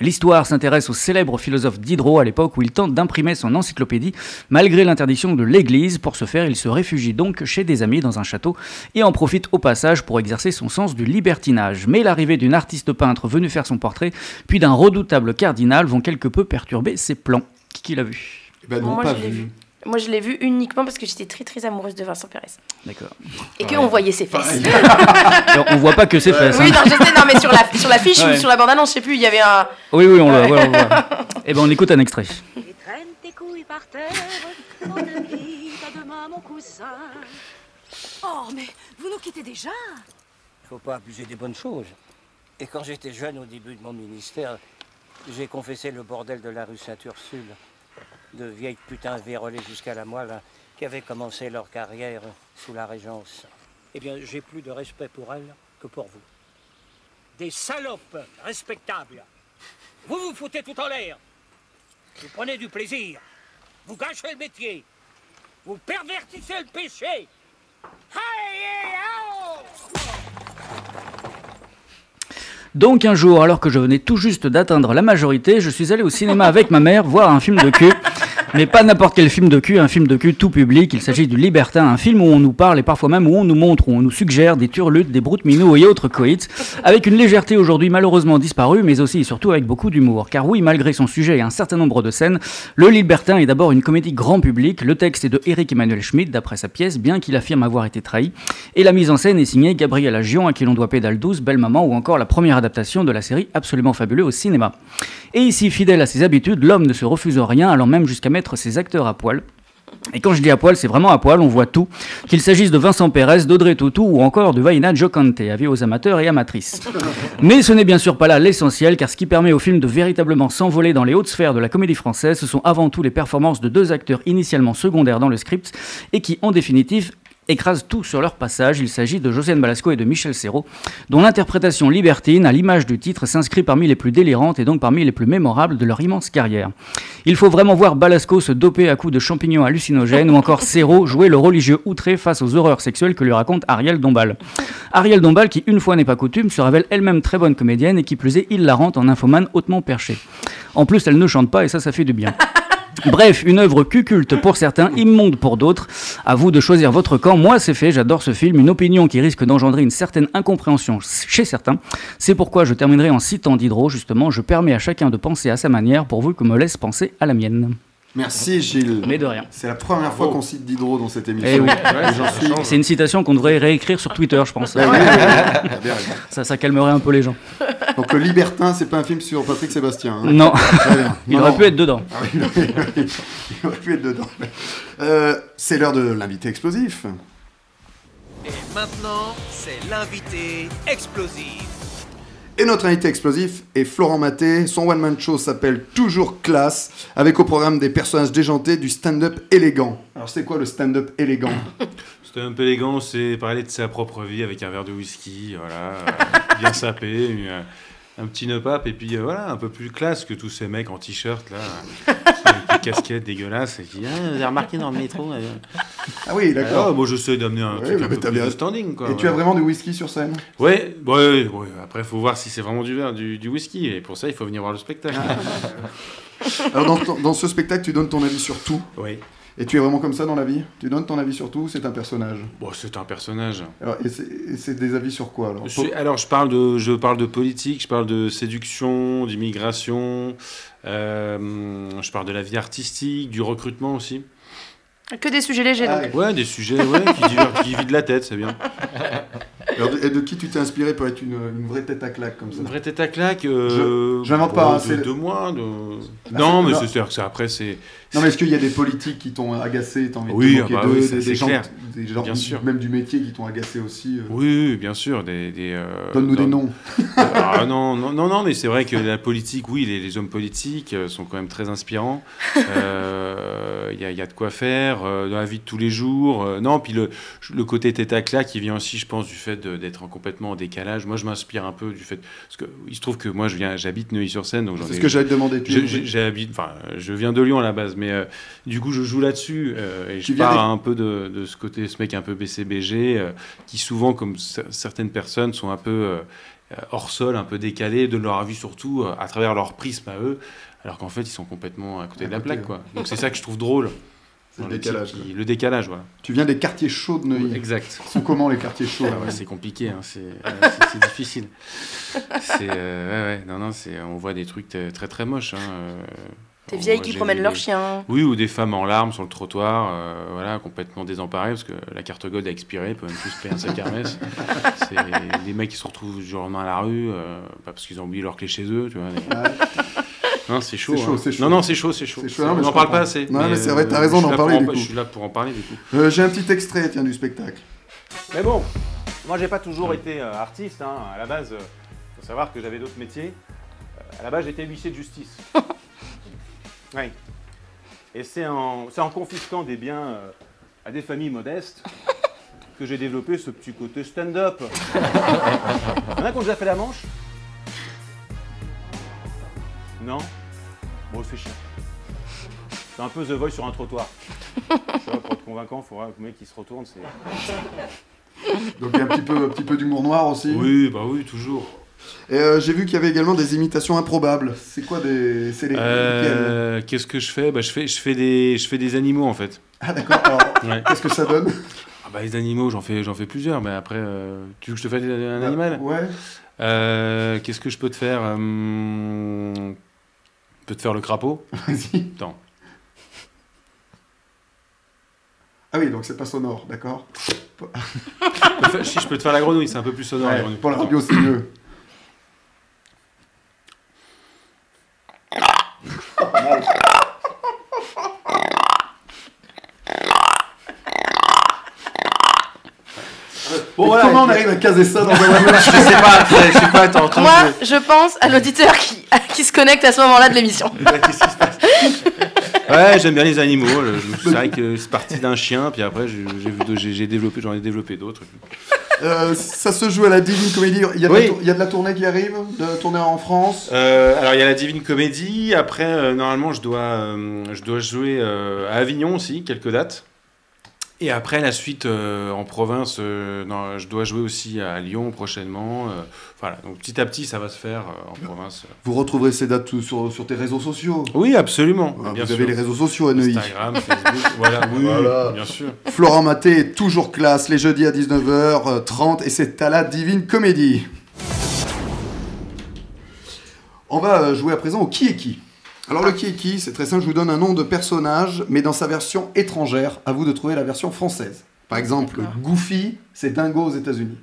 [SPEAKER 6] L'histoire s'intéresse au célèbre philosophe Diderot à l'époque où il tente d'imprimer son encyclopédie malgré l'interdiction de l'Église. Pour ce faire, il se réfugie donc chez des amis dans un château et en profite au passage pour exercer son sens du libertinage. Mais l'arrivée d'une artiste peintre venue faire son portrait, puis d'un redoutable cardinal vont quelque peu perturber ses plans. Qui, qui l'a vu
[SPEAKER 2] Eh ben, non,
[SPEAKER 3] Moi,
[SPEAKER 2] pas
[SPEAKER 3] je l'ai
[SPEAKER 2] vu.
[SPEAKER 3] vu. Moi, je l'ai vu uniquement parce que j'étais très très amoureuse de Vincent Pérez.
[SPEAKER 6] D'accord.
[SPEAKER 3] Et qu'on voyait ses fesses.
[SPEAKER 6] Alors, on voit pas que ses fesses. hein.
[SPEAKER 3] Oui, non, je sais, non, mais sur la, sur la fiche
[SPEAKER 6] Ouais.
[SPEAKER 3] ou sur la bande-annonce, je sais plus, il y avait un.
[SPEAKER 6] Oui, oui, on le voit. on le voit. Eh ben, on écoute un extrait.
[SPEAKER 9] Et traîne tes couilles par terre, on invite à demain mon cousin. Oh, mais vous nous quittez déjà
[SPEAKER 10] Faut pas abuser des bonnes choses. Et quand j'étais jeune, au début de mon ministère, j'ai confessé le bordel de la rue Sainte-Ursule. De vieilles putains vérolées jusqu'à la moelle hein, qui avaient commencé leur carrière sous la Régence. Eh bien, j'ai plus de respect pour elles que pour vous. Des salopes respectables. Vous vous foutez tout en l'air. Vous prenez du plaisir. Vous gâchez le métier. Vous pervertissez le péché.
[SPEAKER 6] Donc un jour, alors que je venais tout juste d'atteindre la majorité, je suis allé au cinéma avec ma mère voir un film de cul. Mais pas n'importe quel film de cul, un film de cul tout public, il s'agit du Libertin, un film où on nous parle et parfois même où on nous montre, où on nous suggère des turlutes, des broutes minous et autres coïts, avec une légèreté aujourd'hui malheureusement disparue, mais aussi et surtout avec beaucoup d'humour. Car oui, malgré son sujet et un certain nombre de scènes, Le Libertin est d'abord une comédie grand public, le texte est de Eric Emmanuel Schmidt d'après sa pièce, bien qu'il affirme avoir été trahi, et la mise en scène est signée Gabriel Agion, à qui l'on doit Pédale douce, Belle Maman ou encore la première adaptation de la série Absolument Fabuleux au cinéma. Et ici, fidèle à ses habitudes, l'homme ne se refuse rien, allant même jusqu'à mettre ses acteurs à poil. Et quand je dis à poil, c'est vraiment à poil, on voit tout, qu'il s'agisse de Vincent Pérez, d'Audrey Tautou ou encore de Vaina Giocante, avis aux amateurs et amatrices. Mais ce n'est bien sûr pas là l'essentiel, car ce qui permet au film de véritablement s'envoler dans les hautes sphères de la comédie française, ce sont avant tout les performances de deux acteurs initialement secondaires dans le script, et qui, en définitive, écrasent tout sur leur passage. Il s'agit de Josiane Balasco et de Michel Serrault, dont l'interprétation libertine, à l'image du titre, s'inscrit parmi les plus délirantes et donc parmi les plus mémorables de leur immense carrière. Il faut vraiment voir Balasco se doper à coups de champignons hallucinogènes ou encore Serrault jouer le religieux outré face aux horreurs sexuelles que lui raconte Ariel Dombal. Ariel Dombal, qui une fois n'est pas coutume, se révèle elle-même très bonne comédienne et qui plus est hilarante en infomane hautement perché. En plus, elle ne chante pas et ça, ça fait du bien. Bref, une œuvre cuculte pour certains, immonde pour d'autres. À vous de choisir votre camp. Moi, c'est fait, j'adore ce film, une opinion qui risque d'engendrer une certaine incompréhension chez certains. C'est pourquoi je terminerai en citant Diderot, justement, je permets à chacun de penser à sa manière pourvu que me laisse penser à la mienne.
[SPEAKER 2] Merci Gilles.
[SPEAKER 6] Mais de rien.
[SPEAKER 2] C'est la première fois qu'on cite Diderot dans cette émission.
[SPEAKER 6] Eh oui.
[SPEAKER 2] Et j'en suis-
[SPEAKER 6] C'est une citation qu'on devrait réécrire sur Twitter, je pense.
[SPEAKER 2] Ah Ouais, ouais, ouais. T'as bien raison.
[SPEAKER 6] Ça, ça calmerait un peu les gens.
[SPEAKER 2] Donc le Libertin, c'est pas un film sur Patrick Sébastien. hein.
[SPEAKER 6] Non.
[SPEAKER 2] Très bien.
[SPEAKER 6] Il
[SPEAKER 2] Non,
[SPEAKER 6] aurait
[SPEAKER 2] non.
[SPEAKER 6] pu être dedans.
[SPEAKER 2] Ah oui, oui, oui. Il aurait pu être dedans. Euh, c'est l'heure de l'invité explosif.
[SPEAKER 1] Et maintenant, c'est l'invité explosif.
[SPEAKER 2] Et notre invité explosif est Florent Maté. Son one-man show s'appelle Toujours Classe, avec au programme des personnages déjantés du stand-up élégant. Alors c'est quoi le stand-up élégant
[SPEAKER 5] C'était un peu élégant, c'est parler de sa propre vie avec un verre de whisky, voilà, euh, bien sapé, une, euh, un petit nœud pape, et puis euh, voilà, un peu plus classe que tous ces mecs en t-shirt là, avec des casquettes dégueulasses, et qui, ah, vous avez remarqué dans le métro. euh,
[SPEAKER 2] Ah oui, d'accord.
[SPEAKER 5] ah, moi j'essaie d'amener un
[SPEAKER 2] Ouais,
[SPEAKER 5] truc
[SPEAKER 2] mais
[SPEAKER 5] un peu
[SPEAKER 2] t'as
[SPEAKER 5] plus
[SPEAKER 2] bien-
[SPEAKER 5] de standing, quoi.
[SPEAKER 2] Et tu as
[SPEAKER 5] voilà.
[SPEAKER 2] vraiment du whisky sur scène
[SPEAKER 5] Ouais, ouais, ouais, après faut voir si c'est vraiment du verre, du, du whisky, et pour ça il faut venir voir le spectacle.
[SPEAKER 2] Alors dans, ton- dans ce spectacle, tu donnes ton avis sur tout.
[SPEAKER 5] oui,
[SPEAKER 2] Et tu es vraiment comme ça dans la vie Tu donnes ton avis sur tout, c'est un personnage.
[SPEAKER 5] bon, c'est un personnage.
[SPEAKER 2] Alors, et c'est- et c'est des avis sur quoi alors
[SPEAKER 5] Je suis- alors, je parle, de, je parle de politique, je parle de séduction, d'immigration, euh, je parle de la vie artistique, du recrutement aussi.
[SPEAKER 3] Que des sujets légers,
[SPEAKER 2] Ah,
[SPEAKER 3] donc.
[SPEAKER 5] Ouais, des sujets ouais, qui, divertent, qui vident la tête, c'est bien.
[SPEAKER 2] Alors, de- et de qui tu t'es inspiré pour être une, une vraie tête à claque comme ça
[SPEAKER 5] Une vraie tête à claque. euh,
[SPEAKER 2] Je- je l'invente
[SPEAKER 5] bon,
[SPEAKER 2] pas, hein,
[SPEAKER 5] de-
[SPEAKER 2] c'est-
[SPEAKER 5] De, mois.
[SPEAKER 2] Ah,
[SPEAKER 5] de- non,
[SPEAKER 2] c'est-
[SPEAKER 5] mais
[SPEAKER 2] non.
[SPEAKER 5] c'est sûr que ça, après, c'est.
[SPEAKER 2] Non, mais est-ce qu'il y a des politiques qui t'ont agacé T'as envie
[SPEAKER 5] Oui,
[SPEAKER 2] de te moquer
[SPEAKER 5] ah bah
[SPEAKER 2] d'eux,
[SPEAKER 5] oui, ça,
[SPEAKER 2] des,
[SPEAKER 5] c'est
[SPEAKER 2] des gens,
[SPEAKER 5] clair.
[SPEAKER 2] des gens
[SPEAKER 5] Bien
[SPEAKER 2] du-
[SPEAKER 5] sûr.
[SPEAKER 2] même du métier qui t'ont agacé aussi euh.
[SPEAKER 5] Oui, oui, bien sûr. Des, des, euh,
[SPEAKER 2] Donne-nous des
[SPEAKER 5] dans-
[SPEAKER 2] noms.
[SPEAKER 5] Ah non, non, non, non, mais c'est vrai que la politique, oui, les, les hommes politiques euh, sont quand même très inspirants. Euh, Il y, a- il y a de quoi faire euh, dans la vie de tous les jours. Euh, non, puis le, le côté tête à claque qui vient aussi, je pense, du fait de- d'être en complètement en décalage. Moi, je m'inspire un peu du fait. Parce que, il se trouve que moi, je viens- j'habite Neuilly-sur-Seine, donc j'en
[SPEAKER 2] C'est
[SPEAKER 5] ai-
[SPEAKER 2] ce que j'allais te demander. Tu,
[SPEAKER 5] je- je- j'habite, enfin, je viens de Lyon à la base, mais euh, du coup, je joue là-dessus euh, et je
[SPEAKER 2] Tu viens
[SPEAKER 5] pars un peu de, de ce côté, ce mec un peu BCBG, euh, qui souvent, comme cer- certaines personnes, sont un peu euh, euh, hors sol, un peu décalés de leur avis surtout euh, à travers leur prisme à eux, alors qu'en fait, ils sont complètement à côté
[SPEAKER 2] À
[SPEAKER 5] de la
[SPEAKER 2] côté,
[SPEAKER 5] plaque,
[SPEAKER 2] ouais.
[SPEAKER 5] quoi. Donc c'est ça que je trouve drôle.
[SPEAKER 2] C'est le
[SPEAKER 5] dans les
[SPEAKER 2] décalage,
[SPEAKER 5] types
[SPEAKER 2] quoi.
[SPEAKER 5] qui- le décalage, voilà.
[SPEAKER 2] tu viens des quartiers chauds de Neuilly.
[SPEAKER 5] Exact.
[SPEAKER 2] Ils sont comment les quartiers chauds
[SPEAKER 5] Ah ouais, c'est compliqué, hein, c'est euh, c'est- c'est difficile. C'est euh, ouais, ouais, non, non, c'est on voit des trucs t- très très moches. Hein. euh,
[SPEAKER 3] Des
[SPEAKER 5] on-
[SPEAKER 3] vieilles qui
[SPEAKER 5] j'ai
[SPEAKER 3] promènent
[SPEAKER 5] vu
[SPEAKER 3] leurs
[SPEAKER 5] des-
[SPEAKER 3] chiens.
[SPEAKER 5] oui, ou des femmes en larmes sur le trottoir, euh, voilà, complètement désemparées parce que la carte gold a expiré, elles peuvent même plus se payer un sac Hermès. C'est des mecs qui se retrouvent du jour au lendemain à la rue, euh, pas parce qu'ils ont oublié leur clé chez eux, tu vois. mais-
[SPEAKER 2] Ouais.
[SPEAKER 5] Non, c'est chaud.
[SPEAKER 2] C'est chaud,
[SPEAKER 5] hein.
[SPEAKER 2] c'est chaud.
[SPEAKER 5] Non, non, c'est chaud, c'est chaud.
[SPEAKER 2] C'est chaud, hein, non, mais
[SPEAKER 5] on
[SPEAKER 2] je
[SPEAKER 5] n'en parle
[SPEAKER 2] comprends.
[SPEAKER 5] pas assez.
[SPEAKER 2] Non, mais c'est
[SPEAKER 5] euh,
[SPEAKER 2] vrai, t'as raison
[SPEAKER 5] je
[SPEAKER 2] d'en
[SPEAKER 5] suis là pour
[SPEAKER 2] parler,
[SPEAKER 5] en
[SPEAKER 2] du
[SPEAKER 5] pa-
[SPEAKER 2] coup.
[SPEAKER 5] Je suis là pour en parler du coup.
[SPEAKER 2] Euh, J'ai un petit extrait tiens, du spectacle.
[SPEAKER 5] Mais bon, moi j'ai pas toujours été euh, artiste. hein. À la base, il faut savoir que j'avais d'autres métiers. Euh, à la base, j'étais huissier de justice. oui. Et c'est en, c'est en confisquant des biens euh, à des familles modestes que j'ai développé ce petit côté stand-up. Y'en a qui ont déjà fait la manche Non Bon, c'est chiant. C'est un peu The Voice sur un trottoir. Tu vois, pour être convaincant, il faudra que le mec qui se retourne, c'est...
[SPEAKER 2] Donc il y a un petit peu, un petit peu d'humour noir aussi.
[SPEAKER 5] Oui, bah oui, toujours.
[SPEAKER 2] Et euh, j'ai vu qu'il y avait également des imitations improbables. C'est quoi des. C'est les. lesquelles
[SPEAKER 5] Euh, Qu'est-ce que je fais bah, je fais, je fais des, je fais des animaux en fait.
[SPEAKER 2] Ah d'accord. alors,
[SPEAKER 5] Ouais.
[SPEAKER 2] Qu'est-ce que ça donne
[SPEAKER 5] Ah bah, les animaux, j'en fais, j'en fais plusieurs, mais après, euh, tu veux que je te fasse un
[SPEAKER 2] Ah.
[SPEAKER 5] animal
[SPEAKER 2] Ouais.
[SPEAKER 5] Euh, Qu'est-ce que je peux te faire Hum, Je peux te faire le crapaud
[SPEAKER 2] Vas-y.
[SPEAKER 5] Attends.
[SPEAKER 2] Ah oui, donc c'est pas sonore, d'accord
[SPEAKER 5] Je peux te faire- si je peux te faire la grenouille, c'est un peu plus sonore. la
[SPEAKER 2] Ouais,
[SPEAKER 5] grenouille.
[SPEAKER 2] Pour la radio, c'est mieux.
[SPEAKER 5] Bon,
[SPEAKER 2] Et
[SPEAKER 5] voilà,
[SPEAKER 2] comment
[SPEAKER 5] et
[SPEAKER 2] on
[SPEAKER 5] puis-
[SPEAKER 2] arrive à caser ça dans un radio
[SPEAKER 5] Je sais pas, je sais pas, t'entends.
[SPEAKER 3] Moi, je pense à l'auditeur qui, qui se connecte à ce moment-là de l'émission.
[SPEAKER 5] Ouais, j'aime bien les animaux. le- je- C'est vrai que c'est parti d'un chien, puis après, j'ai j'ai vu de- j'ai- j'ai développé, j'en ai développé d'autres.
[SPEAKER 2] Euh, Ça se joue à la Divine Comédie. Il y a, de
[SPEAKER 5] Oui.
[SPEAKER 2] la tour- il y a de la tournée qui arrive, de la tournée en France.
[SPEAKER 5] Euh, alors il y a la Divine Comédie. Après, euh, normalement, je dois, euh, je dois jouer euh, à Avignon aussi, quelques dates. Et après, la suite euh, en province, euh, non, je dois jouer aussi à Lyon prochainement. euh, voilà, donc petit à petit, ça va se faire euh, en province.
[SPEAKER 2] Vous retrouverez ces dates tout sur, sur tes réseaux sociaux.
[SPEAKER 5] Oui, absolument.
[SPEAKER 2] Ah,
[SPEAKER 5] bien
[SPEAKER 2] vous
[SPEAKER 5] sûr.
[SPEAKER 2] avez les réseaux sociaux à Neuilly.
[SPEAKER 5] Instagram, Facebook, voilà, oui,
[SPEAKER 2] Voilà.
[SPEAKER 5] bien sûr.
[SPEAKER 2] Florent Maté est toujours classe les jeudis à 19h30 et c'est à la Divine Comédie. On va euh, jouer à présent au qui est qui. Alors le qui est qui, c'est très simple, je vous donne un nom de personnage, mais dans sa version étrangère, à vous de trouver la version française. Par exemple, Goofy, c'est Dingo aux États-Unis.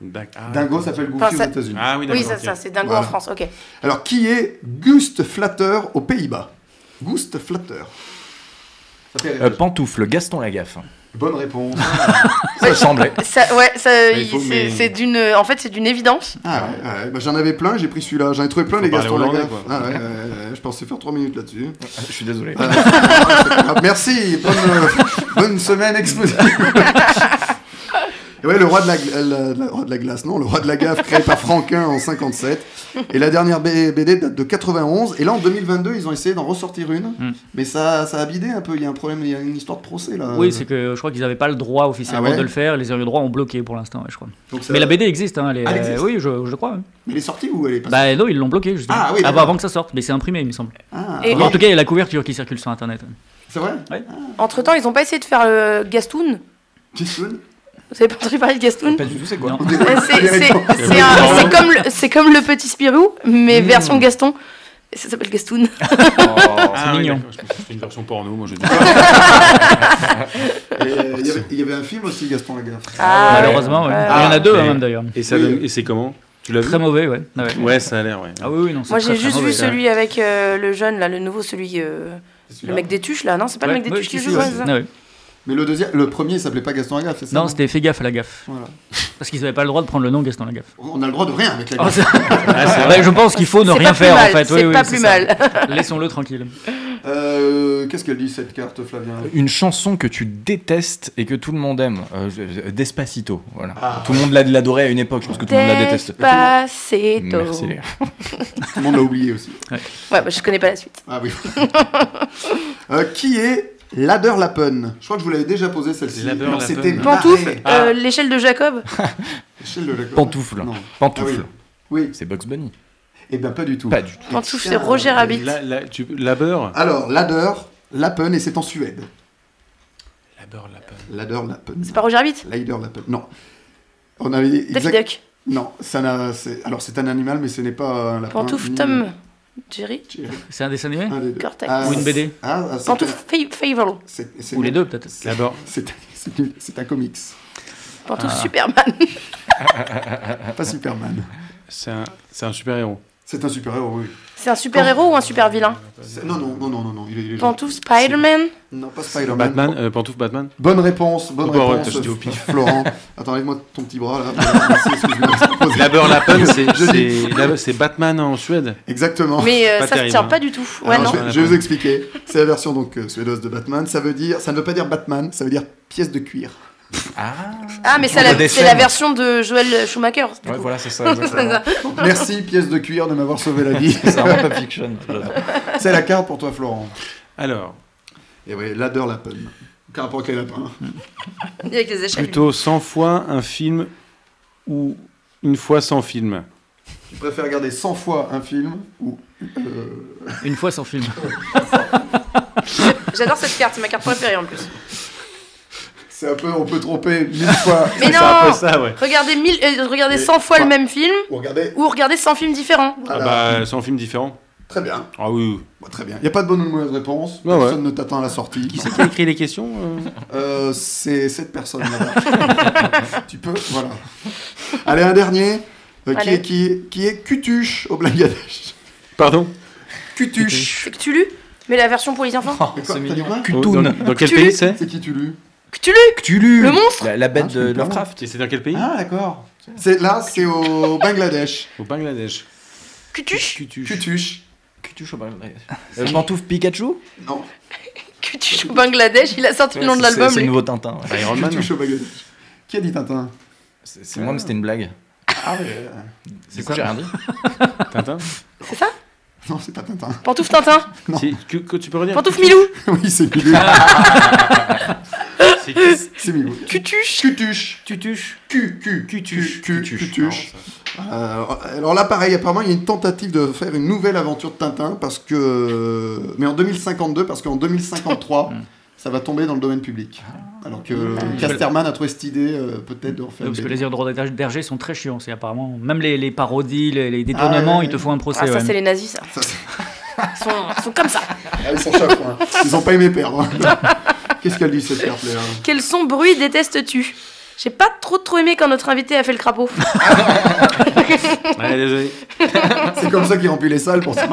[SPEAKER 2] Dingo s'appelle Goofy
[SPEAKER 3] Enfin, ça-
[SPEAKER 2] aux États-Unis.
[SPEAKER 5] Ah oui, d'accord.
[SPEAKER 3] ça,
[SPEAKER 5] ok.
[SPEAKER 3] ça, c'est dingo en
[SPEAKER 2] Voilà.
[SPEAKER 3] France, ok.
[SPEAKER 2] Alors qui est Gust Flatter aux Pays-Bas Gust Flatter. Ça fait rire.
[SPEAKER 4] Euh, pantoufle, Gaston Lagaffe.
[SPEAKER 2] Bonne
[SPEAKER 5] Oh.
[SPEAKER 2] réponse.
[SPEAKER 4] Ça me semblait.
[SPEAKER 3] Ça, ouais, ça,
[SPEAKER 5] Mais il faut-
[SPEAKER 3] c'est
[SPEAKER 5] mais-
[SPEAKER 3] c'est d'une. En fait, c'est d'une évidence.
[SPEAKER 2] Ah ouais, ouais, bah, j'en avais plein, j'ai pris celui-là. J'en ai trouvé plein,
[SPEAKER 5] Faut
[SPEAKER 2] les
[SPEAKER 5] parler
[SPEAKER 2] Gaston
[SPEAKER 5] hollandais,
[SPEAKER 2] Lagaffe.
[SPEAKER 5] quoi.
[SPEAKER 2] Ah ouais, ouais, ouais, ouais, je pensais faire 3 minutes là-dessus. Euh,
[SPEAKER 4] Je suis désolé.
[SPEAKER 2] Ah, merci, bonne, euh, bonne semaine explosive. Et ouais, le roi, de la, gla- euh, la- la- roi de la glace, non, le roi de la gaffe créé par Franquin en 57. Et la dernière B- BD date de 91. Et là, en 2022, ils ont essayé d'en ressortir une.
[SPEAKER 6] Hmm.
[SPEAKER 2] Mais ça, ça a bidé un peu. Il y a un problème, il y a une histoire de procès là.
[SPEAKER 6] Oui, c'est que je crois qu'ils n'avaient pas le droit officiellement
[SPEAKER 2] euh, Ah ouais
[SPEAKER 6] de le faire. Les ayants droit ont bloqué pour l'instant, ouais, je crois.
[SPEAKER 2] Donc ça-
[SPEAKER 6] Mais la BD existe, hein, elle est-
[SPEAKER 2] Ah, elle existe.
[SPEAKER 6] oui, je, je crois. hein. ouais.
[SPEAKER 2] Elle est sortie ou elle est pas
[SPEAKER 6] Bah non, ils l'ont bloqué justement.
[SPEAKER 2] Ah oui,
[SPEAKER 6] avant,
[SPEAKER 2] d'accord.
[SPEAKER 6] avant que ça sorte, mais c'est imprimé, il me semble.
[SPEAKER 2] Ah,
[SPEAKER 3] Et-
[SPEAKER 2] oui.
[SPEAKER 6] En tout cas, il y a la couverture qui circule sur Internet.
[SPEAKER 2] C'est vrai
[SPEAKER 3] Entre temps, ils ont pas essayé de faire le Gastoun.
[SPEAKER 2] Jason
[SPEAKER 3] Vous avez pas entendu parler de Gastoun
[SPEAKER 4] Pas du tout, c'est quoi
[SPEAKER 6] Non.
[SPEAKER 3] Euh, C'est c'est- c'est un- c'est comme, le- c'est comme le petit Spirou, mais version Gaston. Et Ça s'appelle Gastoun.
[SPEAKER 4] Oh.
[SPEAKER 5] Ah oui,
[SPEAKER 6] mignon.
[SPEAKER 5] d'accord, je pensais que c'était une version porno, moi je dis.
[SPEAKER 2] Et, euh, Il y avait- il y avait un film aussi, Gaston Lagaffe.
[SPEAKER 3] Ah,
[SPEAKER 6] Malheureusement, ouais. il y en a deux hein, même d'ailleurs.
[SPEAKER 5] Et, ça
[SPEAKER 2] Oui.
[SPEAKER 5] donne- et c'est comment Tu l'as vu
[SPEAKER 6] Très mauvais, ouais. Ah, ouais.
[SPEAKER 5] Ouais, ça a l'air, ouais.
[SPEAKER 6] Ah oui, oui, non, c'est
[SPEAKER 3] Moi,
[SPEAKER 6] très,
[SPEAKER 3] j'ai
[SPEAKER 6] très
[SPEAKER 3] juste
[SPEAKER 6] mauvais.
[SPEAKER 3] vu celui avec euh, le jeune, là, le nouveau, celui. euh, le mec des tuches, là, non C'est pas
[SPEAKER 6] Ouais,
[SPEAKER 3] le mec des
[SPEAKER 6] ouais,
[SPEAKER 3] tuches qui
[SPEAKER 6] si,
[SPEAKER 3] joue
[SPEAKER 6] si,
[SPEAKER 3] ouais,
[SPEAKER 6] ouais.
[SPEAKER 3] c'est ça
[SPEAKER 6] Ah, ouais.
[SPEAKER 2] Mais le deuxième, le premier, il s'appelait pas Gaston Lagaffe, c'est ça
[SPEAKER 6] Non, c'était fait gaffe à la gaffe.
[SPEAKER 2] Voilà.
[SPEAKER 6] Parce qu'ils n'avaient pas le droit de prendre le nom Gaston Lagaffe.
[SPEAKER 2] On a le droit de rien avec la
[SPEAKER 6] Ah,
[SPEAKER 2] Lagaffe.
[SPEAKER 6] c'est- Ouais, je pense qu'il faut ne
[SPEAKER 3] C'est
[SPEAKER 6] rien
[SPEAKER 3] pas plus
[SPEAKER 6] faire
[SPEAKER 3] mal,
[SPEAKER 6] en fait. Oui,
[SPEAKER 3] C'est
[SPEAKER 6] oui,
[SPEAKER 3] pas plus
[SPEAKER 6] ça.
[SPEAKER 3] mal.
[SPEAKER 6] Laissons-le tranquille.
[SPEAKER 2] Euh, Qu'est-ce qu'elle dit cette carte, Flavien
[SPEAKER 4] Une chanson que tu détestes et que tout le monde aime. Euh, je- je- Despacito, voilà.
[SPEAKER 2] Ah,
[SPEAKER 4] tout le monde l'a- l'adorait à une époque, je pense que tout le monde la déteste.
[SPEAKER 3] Despacito.
[SPEAKER 4] Merci.
[SPEAKER 2] Tout le monde l'a oublié aussi.
[SPEAKER 3] Ouais, bah, je connais pas la suite.
[SPEAKER 2] Ah oui. Euh, qui est Lader Lappen Je crois que je vous l'avais déjà posé celle-ci.
[SPEAKER 5] Lader
[SPEAKER 2] Alors,
[SPEAKER 5] Lappen.
[SPEAKER 2] C'était
[SPEAKER 3] Pantoufle,
[SPEAKER 2] barré. Ah,
[SPEAKER 3] euh, l'échelle de Jacob.
[SPEAKER 2] Échelle de la corde.
[SPEAKER 4] Pantoufle.
[SPEAKER 2] Non. Ah oui.
[SPEAKER 4] Pantoufle.
[SPEAKER 2] Oui.
[SPEAKER 4] C'est Bugs Bunny.
[SPEAKER 2] Eh bien, pas du tout.
[SPEAKER 4] Pas du tout.
[SPEAKER 3] Euh, Pantoufle, c'est Roger Rabbit.
[SPEAKER 5] La, la, tu, la beurre
[SPEAKER 2] Alors, Lader Lappen, et c'est en Suède.
[SPEAKER 5] La beurre, la beurre.
[SPEAKER 2] Lader Lappen.
[SPEAKER 3] C'est pas Roger Rabbit
[SPEAKER 2] Lader Lappen. Non. On avait
[SPEAKER 3] Daffy
[SPEAKER 2] exact...
[SPEAKER 3] Duck.
[SPEAKER 2] Non, ça n'a. c'est- Alors, c'est un animal, mais ce n'est pas un lapin.
[SPEAKER 3] Pantoufle,
[SPEAKER 2] ni-
[SPEAKER 3] Tom, Jerry.
[SPEAKER 6] C'est un dessin animé
[SPEAKER 2] Un des deux.
[SPEAKER 3] Cortex.
[SPEAKER 2] Ah,
[SPEAKER 6] Ou une BD
[SPEAKER 2] Ah, ah, c'est-
[SPEAKER 3] Pantoufle, Fa- Favelo.
[SPEAKER 2] c'est- c'est-
[SPEAKER 6] Ou les deux peut-être.
[SPEAKER 5] La beurre.
[SPEAKER 2] C'est c'est nul, c'est un comics,
[SPEAKER 3] Pantoufle,
[SPEAKER 6] Ah.
[SPEAKER 3] Superman.
[SPEAKER 2] pas Superman.
[SPEAKER 5] C'est un, c'est un super-héros.
[SPEAKER 2] C'est un super-héros, oui.
[SPEAKER 3] C'est un super héros ou un super vilain
[SPEAKER 2] C'est- Non, non, non, non, non, non, il est, il est
[SPEAKER 3] Pantoufle, Spider-Man.
[SPEAKER 2] Non, pas Spider-Man.
[SPEAKER 5] Batman, euh, pantoufle Batman
[SPEAKER 2] Bonne réponse, bonne
[SPEAKER 5] Bon, ouais,
[SPEAKER 2] réponse,
[SPEAKER 5] t'as dit au pif.
[SPEAKER 2] Florent. Attends, enlève-moi ton petit bras, là. Merci, excuse-moi, je me pose.
[SPEAKER 5] La beurre, la pomme, c'est,
[SPEAKER 2] Je dis.
[SPEAKER 5] c'est, la- c'est Batman en Suède.
[SPEAKER 2] Exactement.
[SPEAKER 3] Mais euh, ça
[SPEAKER 5] Pas
[SPEAKER 3] se
[SPEAKER 5] terrible,
[SPEAKER 3] tient
[SPEAKER 5] hein.
[SPEAKER 3] pas du tout. Ouais,
[SPEAKER 2] Alors,
[SPEAKER 3] non.
[SPEAKER 2] je, vais- je vais vous expliquer. C'est la version donc euh, suédoise de Batman. Ça veut dire, ça ne veut pas dire Batman, ça veut dire pièce de cuir.
[SPEAKER 4] Ah,
[SPEAKER 3] Ah, mais ça,
[SPEAKER 4] Entre
[SPEAKER 3] la-
[SPEAKER 4] des
[SPEAKER 3] c'est la
[SPEAKER 4] scènes.
[SPEAKER 3] version de Joel Schumacher. du
[SPEAKER 4] ouais,
[SPEAKER 3] coup.
[SPEAKER 4] voilà, c'est ça. exactement.
[SPEAKER 2] Donc, merci pièce de cuir de m'avoir sauvé la vie.
[SPEAKER 4] c'est vraiment pas fiction. j'adore.
[SPEAKER 2] C'est la carte pour toi, Florent.
[SPEAKER 5] Alors,
[SPEAKER 2] Et oui, l'adore la peine. Aucun rapport avec les lapins.
[SPEAKER 3] Avec les échelles.
[SPEAKER 5] plutôt 100 fois un film ou une fois 100 films
[SPEAKER 2] Tu préfères regarder 100 fois un film ou euh,
[SPEAKER 6] Une fois sans film.
[SPEAKER 3] J'adore cette carte, c'est ma carte préférée en plus.
[SPEAKER 2] c'est un peu, on peut tromper mille fois
[SPEAKER 3] Mais
[SPEAKER 5] C'est un peu
[SPEAKER 3] non
[SPEAKER 5] ça, ouais.
[SPEAKER 3] Regardez, mille, euh, regardez
[SPEAKER 2] Et-
[SPEAKER 3] 100 fois le
[SPEAKER 2] Ouais.
[SPEAKER 3] même film
[SPEAKER 2] ou regarder.
[SPEAKER 3] ou regardez 100 films différents.
[SPEAKER 5] Ah
[SPEAKER 2] Voilà.
[SPEAKER 5] bah, 100 films différents.
[SPEAKER 2] Très bien,
[SPEAKER 5] Ah oui.
[SPEAKER 2] Bon, très bien. Il n'y a pas de bonne ou de mauvaise réponse.
[SPEAKER 5] Ah ouais.
[SPEAKER 2] Personne ne t'attend à la sortie.
[SPEAKER 5] Qui c'est qui a écrit les questions euh
[SPEAKER 2] Euh, c'est cette personne là. tu peux, voilà. Allez, un dernier. Euh, qui,
[SPEAKER 3] Allez.
[SPEAKER 2] est, qui, est- qui est Cutuche au Bangladesh
[SPEAKER 5] Pardon
[SPEAKER 2] Cutuche.
[SPEAKER 3] C'est Cthulhu Mais la version pour les enfants
[SPEAKER 4] Oh,
[SPEAKER 2] Quoi,
[SPEAKER 4] c'est
[SPEAKER 2] t'as
[SPEAKER 4] mignon.
[SPEAKER 2] dit quoi
[SPEAKER 5] Dans,
[SPEAKER 4] Cthulhu.
[SPEAKER 5] dans quel
[SPEAKER 3] Cthulhu.
[SPEAKER 5] pays c'est
[SPEAKER 2] C'est qui tu lus
[SPEAKER 3] Cthulhu
[SPEAKER 4] Cthulhu.
[SPEAKER 3] Le monstre
[SPEAKER 4] La, la bête
[SPEAKER 2] Ah, je
[SPEAKER 4] de
[SPEAKER 2] suis pas
[SPEAKER 4] Lovecraft.
[SPEAKER 5] Et c'est dans quel pays
[SPEAKER 2] Ah, d'accord. C'est, là, c'est au Bangladesh.
[SPEAKER 5] Au Bangladesh.
[SPEAKER 3] Cthulhu
[SPEAKER 5] Cutuche.
[SPEAKER 2] Cutuche.
[SPEAKER 4] Cthulhu, je sais pas. Euh, Pantoufle Pikachu
[SPEAKER 2] Non,
[SPEAKER 3] Cthulhu au Bangladesh, il a sorti le nom de
[SPEAKER 4] C'est-
[SPEAKER 3] l'album.
[SPEAKER 4] C'est le
[SPEAKER 3] lui.
[SPEAKER 4] nouveau Tintin. ouais.
[SPEAKER 5] Iron Man.
[SPEAKER 2] Cutuche au Bangladesh. Qui a dit Tintin
[SPEAKER 4] C'est c'est moi, mais c'était une blague.
[SPEAKER 2] Ah, ouais.
[SPEAKER 4] Du coup, j'ai rien dit.
[SPEAKER 5] Tintin.
[SPEAKER 2] Non, c'est pas Tintin.
[SPEAKER 3] Pantouf Tintin,
[SPEAKER 2] Non.
[SPEAKER 5] Si, que, que tu peux redire Ah.
[SPEAKER 3] Pantouf Milou,
[SPEAKER 2] oui, c'est Milou.
[SPEAKER 5] C'est qui
[SPEAKER 2] c'est Milou.
[SPEAKER 3] Cthulhu.
[SPEAKER 2] Cutuche.
[SPEAKER 5] Tutuche.
[SPEAKER 2] Cu, cu,
[SPEAKER 5] Cutuche.
[SPEAKER 2] cu, cu,
[SPEAKER 5] Cutuche.
[SPEAKER 2] cutuche. Euh, alors là, pareil, apparemment, il y a une tentative de faire une nouvelle aventure de Tintin, parce que... mais en 2052, parce qu'en 2053,
[SPEAKER 5] Hmm.
[SPEAKER 2] ça va tomber dans le domaine public. Alors que Casterman a trouvé cette idée, euh, peut-être, de refaire.
[SPEAKER 6] Oui, parce
[SPEAKER 2] une
[SPEAKER 6] que
[SPEAKER 2] BD.
[SPEAKER 6] les droits d'Hergé- d'Hergé sont très chiants. C'est apparemment même les, les parodies, les, les
[SPEAKER 2] Ah, ouais,
[SPEAKER 6] détournements,
[SPEAKER 2] ouais,
[SPEAKER 6] ils te
[SPEAKER 2] ouais.
[SPEAKER 6] font un procès.
[SPEAKER 3] Ah, ça,
[SPEAKER 6] ouais.
[SPEAKER 3] c'est les nazis, ça.
[SPEAKER 2] Ça, c'est-
[SPEAKER 3] Ils sont, ils sont comme ça.
[SPEAKER 2] Ah, ils sont chafouins. Ils ont pas aimé perdre. Qu'est-ce qu'elle dit cette fair play, hein
[SPEAKER 3] Quel son bruit détestes-tu J'ai pas trop trop aimé quand notre invité a fait le crapaud.
[SPEAKER 5] Ouais, désolé.
[SPEAKER 2] C'est comme ça qu'ils remplissent les salles pour ça.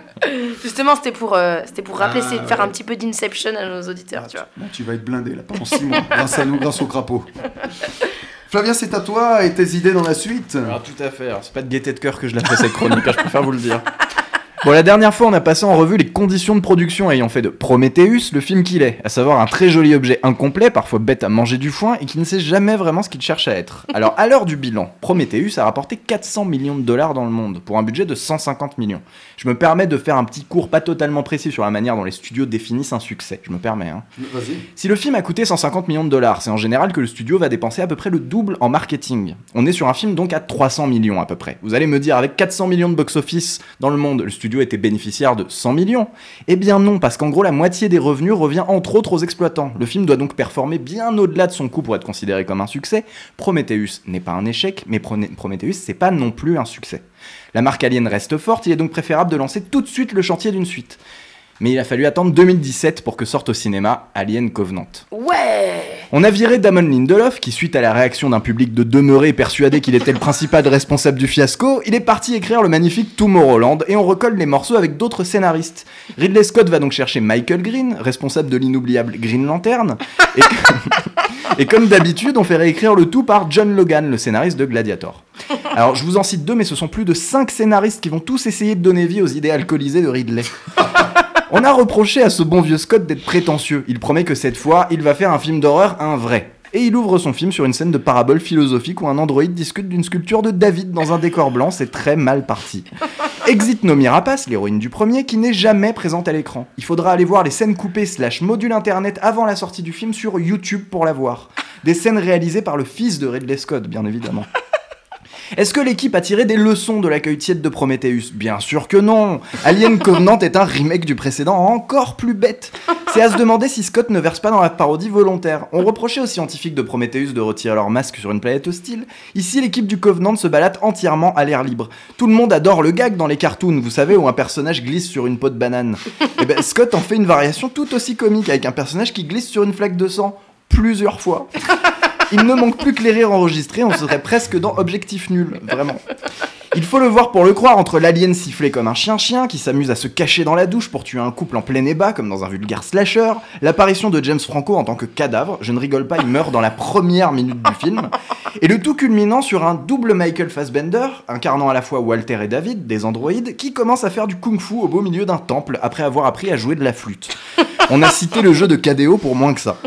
[SPEAKER 3] Justement, c'était pour, euh, c'était pour rappeler,
[SPEAKER 2] Ah,
[SPEAKER 3] c'est faire un
[SPEAKER 2] ouais. Ah,
[SPEAKER 3] petit peu d'inception à nos auditeurs, tu vois.
[SPEAKER 2] Bon, tu vas être blindé là pendant 6 mois grâce à nous, grâce au crapaud. Flavien, c'est à toi et tes idées dans la suite.
[SPEAKER 4] Alors tout à fait, Alors, c'est pas de gaieté de cœur que je la fais cette chronique, hein, je préfère vous le dire. Bon, la dernière fois, on a passé en revue les conditions de production ayant fait de Prometheus le film qu'il est, à savoir un très joli objet incomplet, parfois bête à manger du foin et qui ne sait jamais vraiment ce qu'il cherche à être. Alors, à l'heure du bilan, Prometheus a rapporté 400 millions de dollars dans le monde, pour un budget de 150 millions. Je me permets de faire un petit cours pas totalement précis sur la manière dont les studios définissent un succès, je me permets. Hein.
[SPEAKER 2] Vas-y.
[SPEAKER 4] Si le film a coûté 150 millions de dollars, c'est en général que le studio va dépenser à peu près le double en marketing. On est sur un film donc à 300 millions à peu près. Vous allez me dire, avec 400 millions de box-office dans le monde, le studio était bénéficiaire de 100 millions Eh bien non, parce qu'en gros, la moitié des revenus revient entre autres aux exploitants. Le film doit donc performer bien au-delà de son coût pour être considéré comme un succès. Prometheus n'est pas un échec, mais Prone- Prometheus, c'est pas non plus un succès. La marque Alien reste forte, il est donc préférable de lancer tout de suite le chantier d'une suite. Mais il a fallu attendre 2017 pour que sorte au cinéma Alien Covenant.
[SPEAKER 3] Ouais
[SPEAKER 4] On a viré Damon Lindelof, qui suite à la réaction d'un public de demeurés persuadé qu'il était le principal responsable du fiasco, il est parti écrire le magnifique Tomorrowland et on recolle les morceaux avec d'autres scénaristes. Ridley Scott va donc chercher Michael Green, responsable de l'inoubliable Green Lantern, et, et comme d'habitude, on fait réécrire le tout par John Logan, le scénariste de Gladiator. Alors je vous en cite deux, mais ce sont plus de cinq scénaristes qui vont tous essayer de donner vie aux idées alcoolisées de Ridley. On a reproché à ce bon vieux Scott d'être prétentieux. Il promet que cette fois, il va faire un film d'horreur, un vrai. Et il ouvre son film sur une scène de parabole philosophique où un androïde discute d'une sculpture de David dans un décor blanc. C'est très mal parti. Exit Nomi Rapace, l'héroïne du premier, qui n'est jamais présente à l'écran. Il faudra aller voir les scènes coupées slash module internet avant la sortie du film sur YouTube pour la voir. Des scènes réalisées par le fils de Ridley Scott, bien évidemment. Est-ce que l'équipe a tiré des leçons de l'accueil tiède de Prometheus Bien sûr que non Alien Covenant est un remake du précédent encore plus bête C'est à se demander si Scott ne verse pas dans la parodie volontaire. On reprochait aux scientifiques de Prometheus de retirer leur masque sur une planète hostile. Ici, l'équipe du Covenant se balade entièrement à l'air libre. Tout le monde adore le gag dans les cartoons, vous savez, où un personnage glisse sur une peau de banane. Et ben, Scott en fait une variation tout aussi comique avec un personnage qui glisse sur une flaque de sang plusieurs fois. Il ne manque plus que les rires enregistrés, on serait presque dans Objectif Nul, vraiment. Il faut le voir pour le croire, entre l'alien sifflé comme un chien-chien, qui s'amuse à se cacher dans la douche pour tuer un couple en plein ébat, comme dans un vulgaire slasher, l'apparition de James Franco en tant que cadavre, je ne rigole pas, il meurt dans la première minute du film, et le tout culminant sur un double Michael Fassbender, incarnant à la fois Walter et David, des androïdes, qui commencent à faire du kung-fu au beau milieu d'un temple, après avoir appris à jouer de la flûte. On a cité le jeu de KDO pour moins que ça.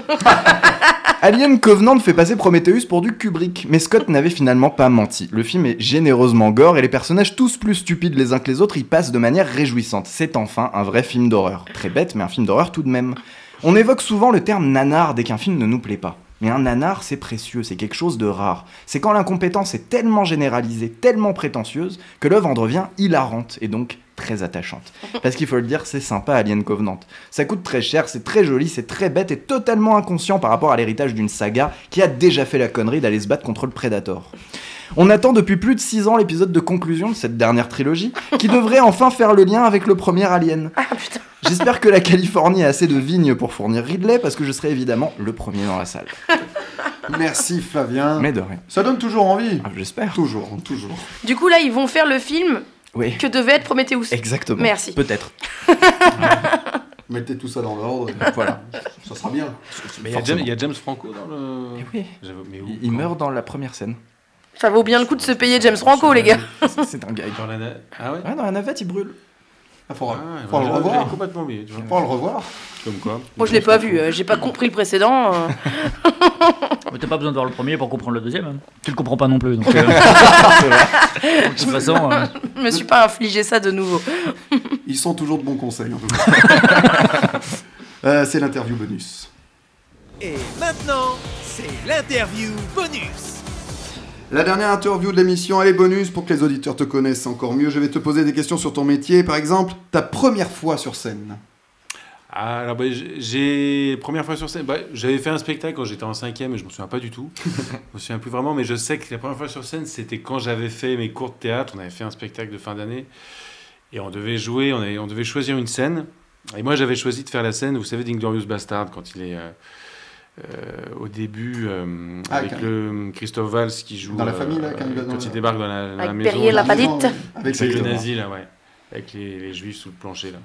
[SPEAKER 4] Alien Covenant fait passer Prometheus pour du Kubrick, mais Scott n'avait finalement pas menti. Le film est généreusement gore et les personnages tous plus stupides les uns que les autres y passent de manière réjouissante. C'est enfin un vrai film d'horreur. Très bête, mais un film d'horreur tout de même. On évoque souvent le terme nanar dès qu'un film ne nous plaît pas. Mais un nanar, c'est précieux, c'est quelque chose de rare. C'est quand l'incompétence est tellement généralisée, tellement prétentieuse, que l'œuvre en devient hilarante et donc très attachante. Parce qu'il faut le dire, c'est sympa Alien Covenant. Ça coûte très cher, c'est très joli, c'est très bête et totalement inconscient par rapport à l'héritage d'une saga qui a déjà fait la connerie d'aller se battre contre le Predator. On attend depuis plus de 6 ans l'épisode de conclusion de cette dernière trilogie, qui devrait enfin faire le lien avec le premier Alien. J'espère que la Californie a assez de vignes pour fournir Ridley, parce que je serai évidemment le premier dans la salle.
[SPEAKER 2] Merci Flavien.
[SPEAKER 4] Mais de rien.
[SPEAKER 2] Ça donne toujours envie.
[SPEAKER 4] Ah, J'espère.
[SPEAKER 2] Toujours, toujours.
[SPEAKER 3] Du coup, là, ils vont faire le film
[SPEAKER 4] Oui,
[SPEAKER 3] que devait être Prometheus.
[SPEAKER 4] exactement.
[SPEAKER 3] Merci.
[SPEAKER 4] Peut-être.
[SPEAKER 2] Mettez tout ça dans l'ordre.
[SPEAKER 4] Voilà.
[SPEAKER 2] Ça sera bien.
[SPEAKER 5] Mais il y a James- il y, a James Franco dans le.
[SPEAKER 4] Eh oui.
[SPEAKER 5] J'avoue, mais où,
[SPEAKER 4] Il, il
[SPEAKER 5] quand
[SPEAKER 4] meurt dans la première scène.
[SPEAKER 3] Ça vaut bien le coup de se payer James Franco, les gars.
[SPEAKER 4] C'est c'est un gars.
[SPEAKER 5] Dans la na- Ah ouais
[SPEAKER 4] Ouais, dans la navette, il brûle.
[SPEAKER 2] Il faudra,
[SPEAKER 5] Ah,
[SPEAKER 2] faudra le
[SPEAKER 5] j'avais- j'avais
[SPEAKER 2] revoir.
[SPEAKER 5] complètement oublié. tu vois.
[SPEAKER 2] Faudra le revoir.
[SPEAKER 5] Comme quoi.
[SPEAKER 3] Moi, je l'ai pas vu, euh, j'ai pas compris le précédent. euh.
[SPEAKER 6] Mais t'as pas besoin de voir le premier pour comprendre le deuxième. hein. Tu le comprends pas non plus. Donc, euh, de toute façon, euh,
[SPEAKER 3] Je me suis pas infligé ça de nouveau.
[SPEAKER 2] Ils sont toujours de bons conseils en tout cas. Euh, c'est l'interview bonus.
[SPEAKER 1] Et maintenant, c'est l'interview bonus.
[SPEAKER 2] La dernière interview de l'émission, elle est bonus pour que les auditeurs te connaissent encore mieux. Je vais te poser des questions sur ton métier, par exemple, ta première fois sur scène.
[SPEAKER 5] Ah, alors, bah, j'ai- j'ai. Première fois sur scène. bah, J'avais fait un spectacle quand j'étais en cinquième et je me souviens pas du tout. je me souviens plus vraiment, mais je sais que la première fois sur scène, c'était quand j'avais fait mes cours de théâtre. On avait fait un spectacle de fin d'année. Et on devait jouer, on, avait- on devait choisir une scène. Et moi, j'avais choisi de faire la scène, vous savez, d'Inglorious Bastard, quand il est euh, euh, au début euh,
[SPEAKER 2] Ah,
[SPEAKER 5] avec
[SPEAKER 2] quand-
[SPEAKER 5] le Christophe Valls qui joue. euh,
[SPEAKER 2] Dans la famille, là, quand il va dans la-
[SPEAKER 5] débarque dans la, dans la
[SPEAKER 3] Avec
[SPEAKER 5] maison.
[SPEAKER 3] Perrier,
[SPEAKER 5] là.
[SPEAKER 3] la palette.
[SPEAKER 2] Avec
[SPEAKER 5] Avec les
[SPEAKER 2] Exactement.
[SPEAKER 5] nazis, là, hein, ouais. Avec les, les juifs sous le plancher, là.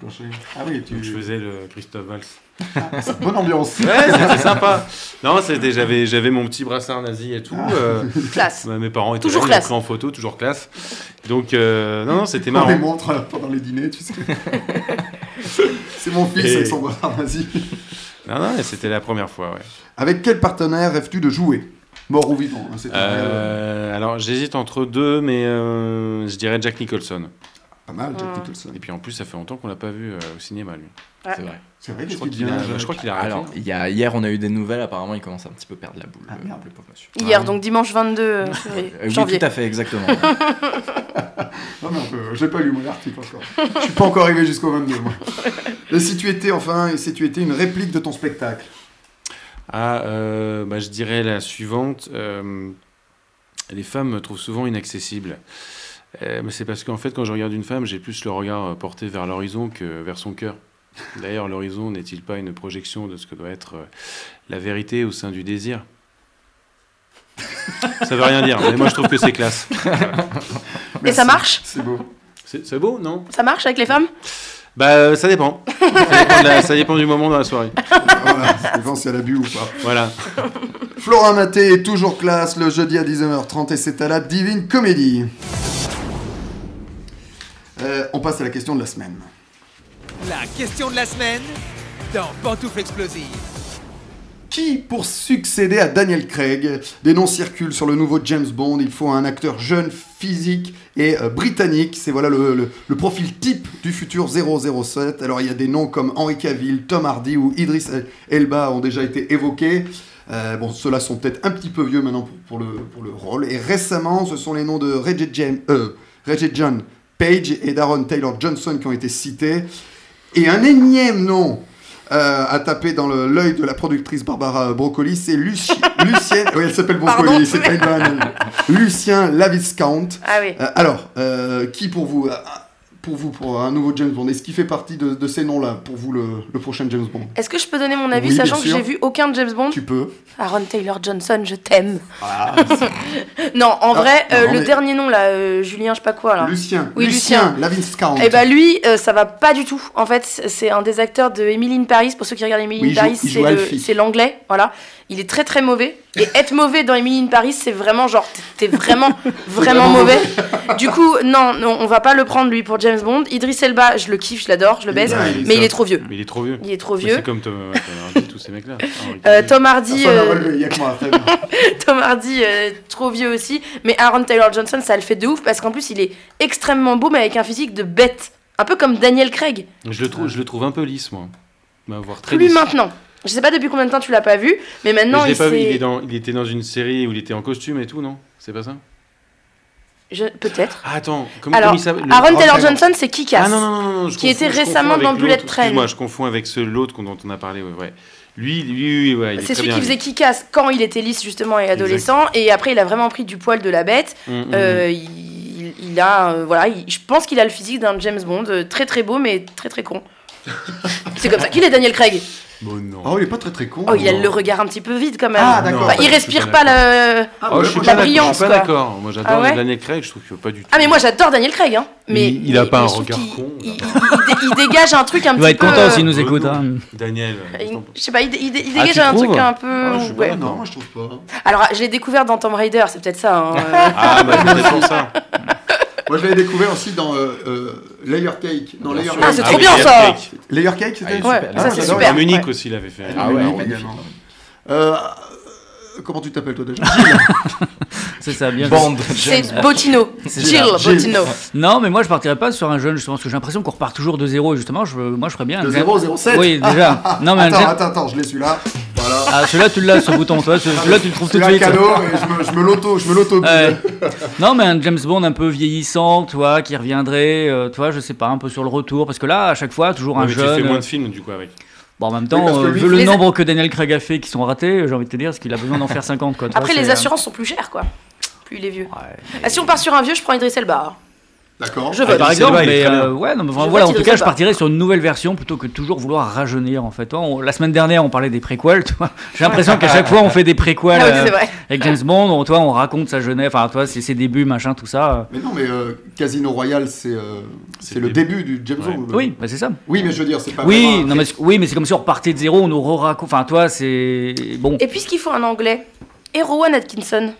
[SPEAKER 2] Ah oui,
[SPEAKER 5] Donc, je
[SPEAKER 2] tu... Ah,
[SPEAKER 5] faisais le Christophe Valls.
[SPEAKER 2] bonne ambiance.
[SPEAKER 5] Ouais, c'était sympa. Non, c'était, j'avais, j'avais mon petit brassard nazi et
[SPEAKER 2] Ah.
[SPEAKER 5] tout. euh,
[SPEAKER 3] Classe.
[SPEAKER 5] mes parents étaient
[SPEAKER 3] Toujours
[SPEAKER 5] là, ils m'ont
[SPEAKER 3] classe.
[SPEAKER 5] pris en photo, toujours classe. Donc, euh, non, non, c'était
[SPEAKER 2] On les
[SPEAKER 5] marrant.
[SPEAKER 2] montre euh, pendant les dîners, tu sais. C'est mon fils
[SPEAKER 5] Et-
[SPEAKER 2] avec son bras, vas-y.
[SPEAKER 5] Non, non, mais c'était la première fois, ouais.
[SPEAKER 2] Avec quel partenaire rêves-tu de jouer Mort ou vivant hein, c'est un rêve.
[SPEAKER 5] Euh, alors, j'hésite entre deux, mais euh, je dirais Jack Nicholson.
[SPEAKER 2] Pas mal, Jack
[SPEAKER 3] Ouais.
[SPEAKER 2] Nicholson.
[SPEAKER 5] Et puis, en plus, ça fait longtemps qu'on l'a pas vu euh, au cinéma, lui.
[SPEAKER 3] Ouais.
[SPEAKER 5] C'est vrai.
[SPEAKER 2] C'est vrai,
[SPEAKER 5] Je
[SPEAKER 2] qu'est-ce
[SPEAKER 5] crois
[SPEAKER 2] qu'il
[SPEAKER 5] qu'il
[SPEAKER 2] devient
[SPEAKER 5] a,
[SPEAKER 2] Jack
[SPEAKER 5] je crois qu'il a arrêté.
[SPEAKER 4] Alors, il y a- hier, on a eu des nouvelles. Apparemment, il commence un petit peu à perdre la boule,
[SPEAKER 2] Ah,
[SPEAKER 4] euh,
[SPEAKER 2] merde.
[SPEAKER 4] le pauvre monsieur.
[SPEAKER 3] Hier,
[SPEAKER 5] Ah oui.
[SPEAKER 3] donc dimanche 22 euh, février-
[SPEAKER 4] Euh, oui,
[SPEAKER 3] janvier.
[SPEAKER 4] tout à fait, exactement.
[SPEAKER 2] Non, mais on peut- j'ai pas lu mon article encore. Je suis pas encore arrivé jusqu'au 22, moi. Et si tu étais, enfin, et si tu étais une réplique de ton spectacle
[SPEAKER 5] Ah, euh, bah, je dirais la suivante. euh, les femmes me trouvent souvent inaccessible. Euh, mais c'est parce qu'en fait, quand je regarde une femme, j'ai plus le regard euh, porté vers l'horizon que vers son cœur. D'ailleurs, l'horizon n'est-il pas une projection de ce que doit être euh, la vérité au sein du désir Ça veut rien dire, mais moi je trouve que c'est classe.
[SPEAKER 3] Et ça
[SPEAKER 2] Merci.
[SPEAKER 3] marche
[SPEAKER 2] C'est beau.
[SPEAKER 5] C'est c'est beau, non
[SPEAKER 3] Ça marche avec les femmes
[SPEAKER 5] Bah, euh, ça dépend. Ça dépend, de la- ça dépend du moment dans la soirée.
[SPEAKER 2] voilà, ça dépend si elle a bu ou pas.
[SPEAKER 5] Voilà.
[SPEAKER 2] Florent Maté est toujours classe le jeudi à 19h30 et c'est à la Divine Comédie. Euh, on passe à la question de la semaine.
[SPEAKER 1] La question de la semaine dans Pantoufle Explosive.
[SPEAKER 2] Qui pour succéder à Daniel Craig Des noms circulent sur le nouveau James Bond. Il faut un acteur jeune, physique et euh, britannique. C'est voilà le, le- le profil type du futur 007. Alors il y a des noms comme Henry Cavill, Tom Hardy ou Idris Elba ont déjà été évoqués. Euh, bon, ceux-là sont peut-être un petit peu vieux maintenant pour, pour le, pour le rôle. Et récemment, ce sont les noms de Reggie, Jam- euh, Reggie John Page et d'Aaron Taylor Johnson qui ont été cités. Et un énième nom euh, à taper dans le- l'œil de la productrice Barbara euh, Broccoli, c'est Lucie, Lucienne. Oui, elle s'appelle
[SPEAKER 3] Pardon,
[SPEAKER 2] Broccoli, c'est pas une vanne. Lucien Laviscount.
[SPEAKER 3] Ah oui.
[SPEAKER 2] Euh, alors, euh, qui pour vous, euh, pour vous, pour un nouveau James Bond, est-ce qui fait partie de, de ces noms-là pour vous le, le prochain James Bond
[SPEAKER 3] Est-ce que je peux donner mon avis,
[SPEAKER 2] Oui, bien
[SPEAKER 3] sachant que
[SPEAKER 2] sûr.
[SPEAKER 3] j'ai vu aucun James Bond
[SPEAKER 2] Tu peux.
[SPEAKER 3] Aaron Taylor Johnson, je t'aime.
[SPEAKER 2] Ah,
[SPEAKER 3] Non, en
[SPEAKER 2] Ah,
[SPEAKER 3] vrai,
[SPEAKER 2] non,
[SPEAKER 3] euh,
[SPEAKER 2] non,
[SPEAKER 3] le
[SPEAKER 2] mais-
[SPEAKER 3] dernier nom là, euh, Julien, je sais pas quoi là.
[SPEAKER 2] Lucien.
[SPEAKER 3] Oui,
[SPEAKER 2] Lucien,
[SPEAKER 3] Lucien.
[SPEAKER 2] Laviscount.
[SPEAKER 3] Eh ben lui, euh, ça va pas du tout. En fait, c'est un des acteurs de Emily in Paris. Pour ceux qui regardent Emily
[SPEAKER 2] Oui,
[SPEAKER 3] in
[SPEAKER 2] il joue-
[SPEAKER 3] Paris, c'est
[SPEAKER 2] il joue
[SPEAKER 3] le-
[SPEAKER 2] Alfie.
[SPEAKER 3] c'est l'anglais. Voilà. Il est très très mauvais. Et être mauvais dans Emily in Paris, c'est vraiment genre, t'es t'es vraiment vraiment mauvais. Du coup, non, non, on va pas le prendre lui pour James Bond. Idris Elba, je le kiffe, je l'adore, je le baise.
[SPEAKER 2] Ouais,
[SPEAKER 3] mais il est trop vieux.
[SPEAKER 5] Mais il est trop vieux.
[SPEAKER 3] Il est trop
[SPEAKER 5] Mais
[SPEAKER 3] vieux.
[SPEAKER 5] C'est comme Tom, Tom Hardy, tous ces mecs-là. Ah, Henry
[SPEAKER 3] Euh,
[SPEAKER 5] Cavill.
[SPEAKER 3] Tom Hardy,
[SPEAKER 2] Personne n'a
[SPEAKER 3] euh,
[SPEAKER 2] relevé, il y a que moi, très bien.
[SPEAKER 3] Tom Hardy euh, trop vieux aussi, mais Aaron Taylor Johnson, ça le fait de ouf parce qu'en plus il est extrêmement beau mais avec un physique de bête, un peu comme Daniel Craig.
[SPEAKER 5] Je le trouve, je le trouve un peu lisse, moi. Bah, voire très
[SPEAKER 3] Plus
[SPEAKER 5] lisse.
[SPEAKER 3] maintenant. Je sais pas depuis combien de temps tu l'as pas vu, mais maintenant
[SPEAKER 5] Mais je l'ai
[SPEAKER 3] il
[SPEAKER 5] pas vu, il, est
[SPEAKER 3] s'est.
[SPEAKER 5] dans- il était dans une série où il était en costume et tout, non C'est pas ça
[SPEAKER 3] Je- Peut-être.
[SPEAKER 5] Ah, attends, comme-
[SPEAKER 3] Alors,
[SPEAKER 5] comment il s'appelle le-
[SPEAKER 3] Aaron Taylor
[SPEAKER 2] Aaron Taylor.
[SPEAKER 3] Johnson, c'est Kikas.
[SPEAKER 5] Ah non, non, non, non, non, je
[SPEAKER 3] qui
[SPEAKER 5] confonds-
[SPEAKER 3] était
[SPEAKER 5] je confonds
[SPEAKER 3] récemment
[SPEAKER 5] avec
[SPEAKER 3] dans Bullet
[SPEAKER 5] l'autre,
[SPEAKER 3] Train.
[SPEAKER 5] Excuse-moi, je confonds avec ce, l'autre qu'on- dont on a parlé, ouais. ouais. Lui, lui, lui, ouais, il est
[SPEAKER 3] C'est
[SPEAKER 5] très
[SPEAKER 3] celui
[SPEAKER 5] bien,
[SPEAKER 3] qui faisait
[SPEAKER 5] lui.
[SPEAKER 3] Kikas quand il était lisse justement et adolescent, et après il a vraiment pris du poil de la bête.
[SPEAKER 5] Hum, hum,
[SPEAKER 3] Euh, il, il a, euh, voilà, il- je pense qu'il a le physique d'un James Bond, euh, très très beau mais très très con. c'est comme ça qu'il est Daniel Craig.
[SPEAKER 5] hum. Bon, non.
[SPEAKER 2] Oh, il est pas très très con.
[SPEAKER 3] Oh, il a
[SPEAKER 2] non.
[SPEAKER 3] le regard un petit peu vide quand même.
[SPEAKER 2] Ah, d'accord.
[SPEAKER 3] Bah, il
[SPEAKER 5] je suis
[SPEAKER 3] respire pas
[SPEAKER 5] d'accord.
[SPEAKER 3] le.
[SPEAKER 2] Ah,
[SPEAKER 5] Oh,
[SPEAKER 2] ouais,
[SPEAKER 5] je suis
[SPEAKER 3] la
[SPEAKER 2] moi,
[SPEAKER 5] pas d'accord, je suis
[SPEAKER 3] brillance,
[SPEAKER 5] pas
[SPEAKER 3] quoi.
[SPEAKER 5] d'accord. Moi, j'adore
[SPEAKER 3] Ah ouais
[SPEAKER 5] Daniel Craig, je trouve qu'il veut pas du tout.
[SPEAKER 3] Ah, mais moi j'adore Daniel Craig, hein. Mais
[SPEAKER 5] Il- il a pas
[SPEAKER 3] mais
[SPEAKER 5] un
[SPEAKER 3] je trouve
[SPEAKER 5] regard
[SPEAKER 3] qu'il-
[SPEAKER 5] con,
[SPEAKER 3] Il,
[SPEAKER 5] là.
[SPEAKER 3] il- il dé- il dégage un truc un
[SPEAKER 6] Il
[SPEAKER 3] petit
[SPEAKER 6] va être
[SPEAKER 3] peu.
[SPEAKER 6] content s'il nous
[SPEAKER 5] euh,
[SPEAKER 6] écoute.
[SPEAKER 5] non.
[SPEAKER 6] hein.
[SPEAKER 5] Daniel.
[SPEAKER 3] il- Je sais pas, il, dé- il dé- il
[SPEAKER 5] Ah,
[SPEAKER 3] dégage
[SPEAKER 5] tu
[SPEAKER 3] un truc
[SPEAKER 5] trouves
[SPEAKER 3] un peu.
[SPEAKER 5] Ah, je suis pas
[SPEAKER 3] ouais.
[SPEAKER 5] d'accord.
[SPEAKER 2] Non, moi je trouve pas.
[SPEAKER 3] Alors, je l'ai découvert dans Tomb Raider, c'est peut-être ça. hein, euh.
[SPEAKER 5] Ah, bah, c'est pour ça.
[SPEAKER 2] Moi, je l'avais découvert aussi dans euh, euh, Layer Cake. Dans Layer
[SPEAKER 3] Ah,
[SPEAKER 2] Cake.
[SPEAKER 3] c'est trop
[SPEAKER 5] oui,
[SPEAKER 3] bien,
[SPEAKER 5] Daniel
[SPEAKER 3] ça.
[SPEAKER 5] Craig.
[SPEAKER 2] Layer Cake, c'était
[SPEAKER 4] Ah, il est
[SPEAKER 3] Ouais,
[SPEAKER 4] super.
[SPEAKER 3] ça
[SPEAKER 2] Ah,
[SPEAKER 3] c'est
[SPEAKER 2] j'adore.
[SPEAKER 5] À
[SPEAKER 3] super.
[SPEAKER 5] Munich
[SPEAKER 3] ouais.
[SPEAKER 5] aussi, il avait fait.
[SPEAKER 4] Ah ouais, alors,
[SPEAKER 2] également. Euh, comment tu t'appelles toi déjà
[SPEAKER 6] C'est ça, bien.
[SPEAKER 4] Bande. James.
[SPEAKER 3] C'est Bottino. Jill
[SPEAKER 2] Jill.
[SPEAKER 3] Bottino.
[SPEAKER 6] Non, mais moi je partirais pas sur un jeune justement parce que j'ai l'impression qu'on repart toujours de zéro et justement, je, moi je ferais bien. un
[SPEAKER 2] De
[SPEAKER 6] James-
[SPEAKER 2] 007
[SPEAKER 6] Oui, déjà. Non, mais un
[SPEAKER 2] Attends,
[SPEAKER 6] James-
[SPEAKER 2] attends, attends, je l'ai celui-là. Voilà.
[SPEAKER 6] Ah, celui-là tu l'as ce bouton, toi, ce- celui-là tu le trouves tout de
[SPEAKER 2] Celui-là,
[SPEAKER 6] suite.
[SPEAKER 2] cadeau, et je me- je me l'auto, je me l'auto.
[SPEAKER 6] Ouais. Euh, Non, mais un James Bond un peu vieillissant, toi, qui reviendrait, euh, toi, je sais pas, un peu sur le retour, parce que là, à chaque fois, toujours un
[SPEAKER 5] mais tu fais
[SPEAKER 6] jeune.
[SPEAKER 5] moins
[SPEAKER 6] euh,
[SPEAKER 5] de films, du coup, avec.
[SPEAKER 6] Bon, en même
[SPEAKER 2] Oui,
[SPEAKER 6] temps,
[SPEAKER 2] parce que
[SPEAKER 6] euh,
[SPEAKER 2] lui-
[SPEAKER 6] vu le
[SPEAKER 3] Les-
[SPEAKER 6] nombre que Daniel Craig a fait qui sont ratés, j'ai envie de te dire, est-ce qu'il a besoin d'en faire 50 quoi. tu vois,
[SPEAKER 3] Après, les
[SPEAKER 6] c'est-
[SPEAKER 3] assurances sont plus chères, quoi. Plus il est vieux.
[SPEAKER 6] Ouais.
[SPEAKER 3] Ah, si on part sur un vieux, je prends Idris Elba. hein.
[SPEAKER 2] D'accord.
[SPEAKER 3] Je vote.
[SPEAKER 5] par exemple,
[SPEAKER 6] Ouais,
[SPEAKER 5] mais,
[SPEAKER 6] mais,
[SPEAKER 5] euh,
[SPEAKER 6] euh, ouais, non, mais
[SPEAKER 3] Je
[SPEAKER 6] voilà,
[SPEAKER 3] vote,
[SPEAKER 6] en
[SPEAKER 3] il
[SPEAKER 6] tout
[SPEAKER 3] le
[SPEAKER 6] cas,
[SPEAKER 3] sait
[SPEAKER 6] je
[SPEAKER 3] pas.
[SPEAKER 6] partirais sur une nouvelle version plutôt que toujours vouloir rajeunir en fait. On- la semaine dernière, on parlait des préquels. tu vois. J'ai l'impression qu'à chaque fois, on fait des préquels
[SPEAKER 3] Ah oui,
[SPEAKER 6] euh,
[SPEAKER 3] c'est vrai.
[SPEAKER 6] avec James Bond. On, toi, on raconte sa jeunesse, enfin, toi, c'est ses débuts, machin, tout ça.
[SPEAKER 2] Mais non, mais euh, Casino Royale, c'est euh,
[SPEAKER 5] C'est
[SPEAKER 2] c'est
[SPEAKER 5] le
[SPEAKER 2] le début du James
[SPEAKER 5] Ouais.
[SPEAKER 2] Bond.
[SPEAKER 6] Oui, bah, c'est ça.
[SPEAKER 2] Oui, mais je veux dire, c'est pas.
[SPEAKER 6] Oui,
[SPEAKER 2] vraiment-
[SPEAKER 6] non, mais, c'est- oui, mais c'est comme si on repartait de zéro, on nous raconte. Enfin, toi, c'est bon.
[SPEAKER 3] Et puisqu'il faut un anglais, et Rowan Atkinson.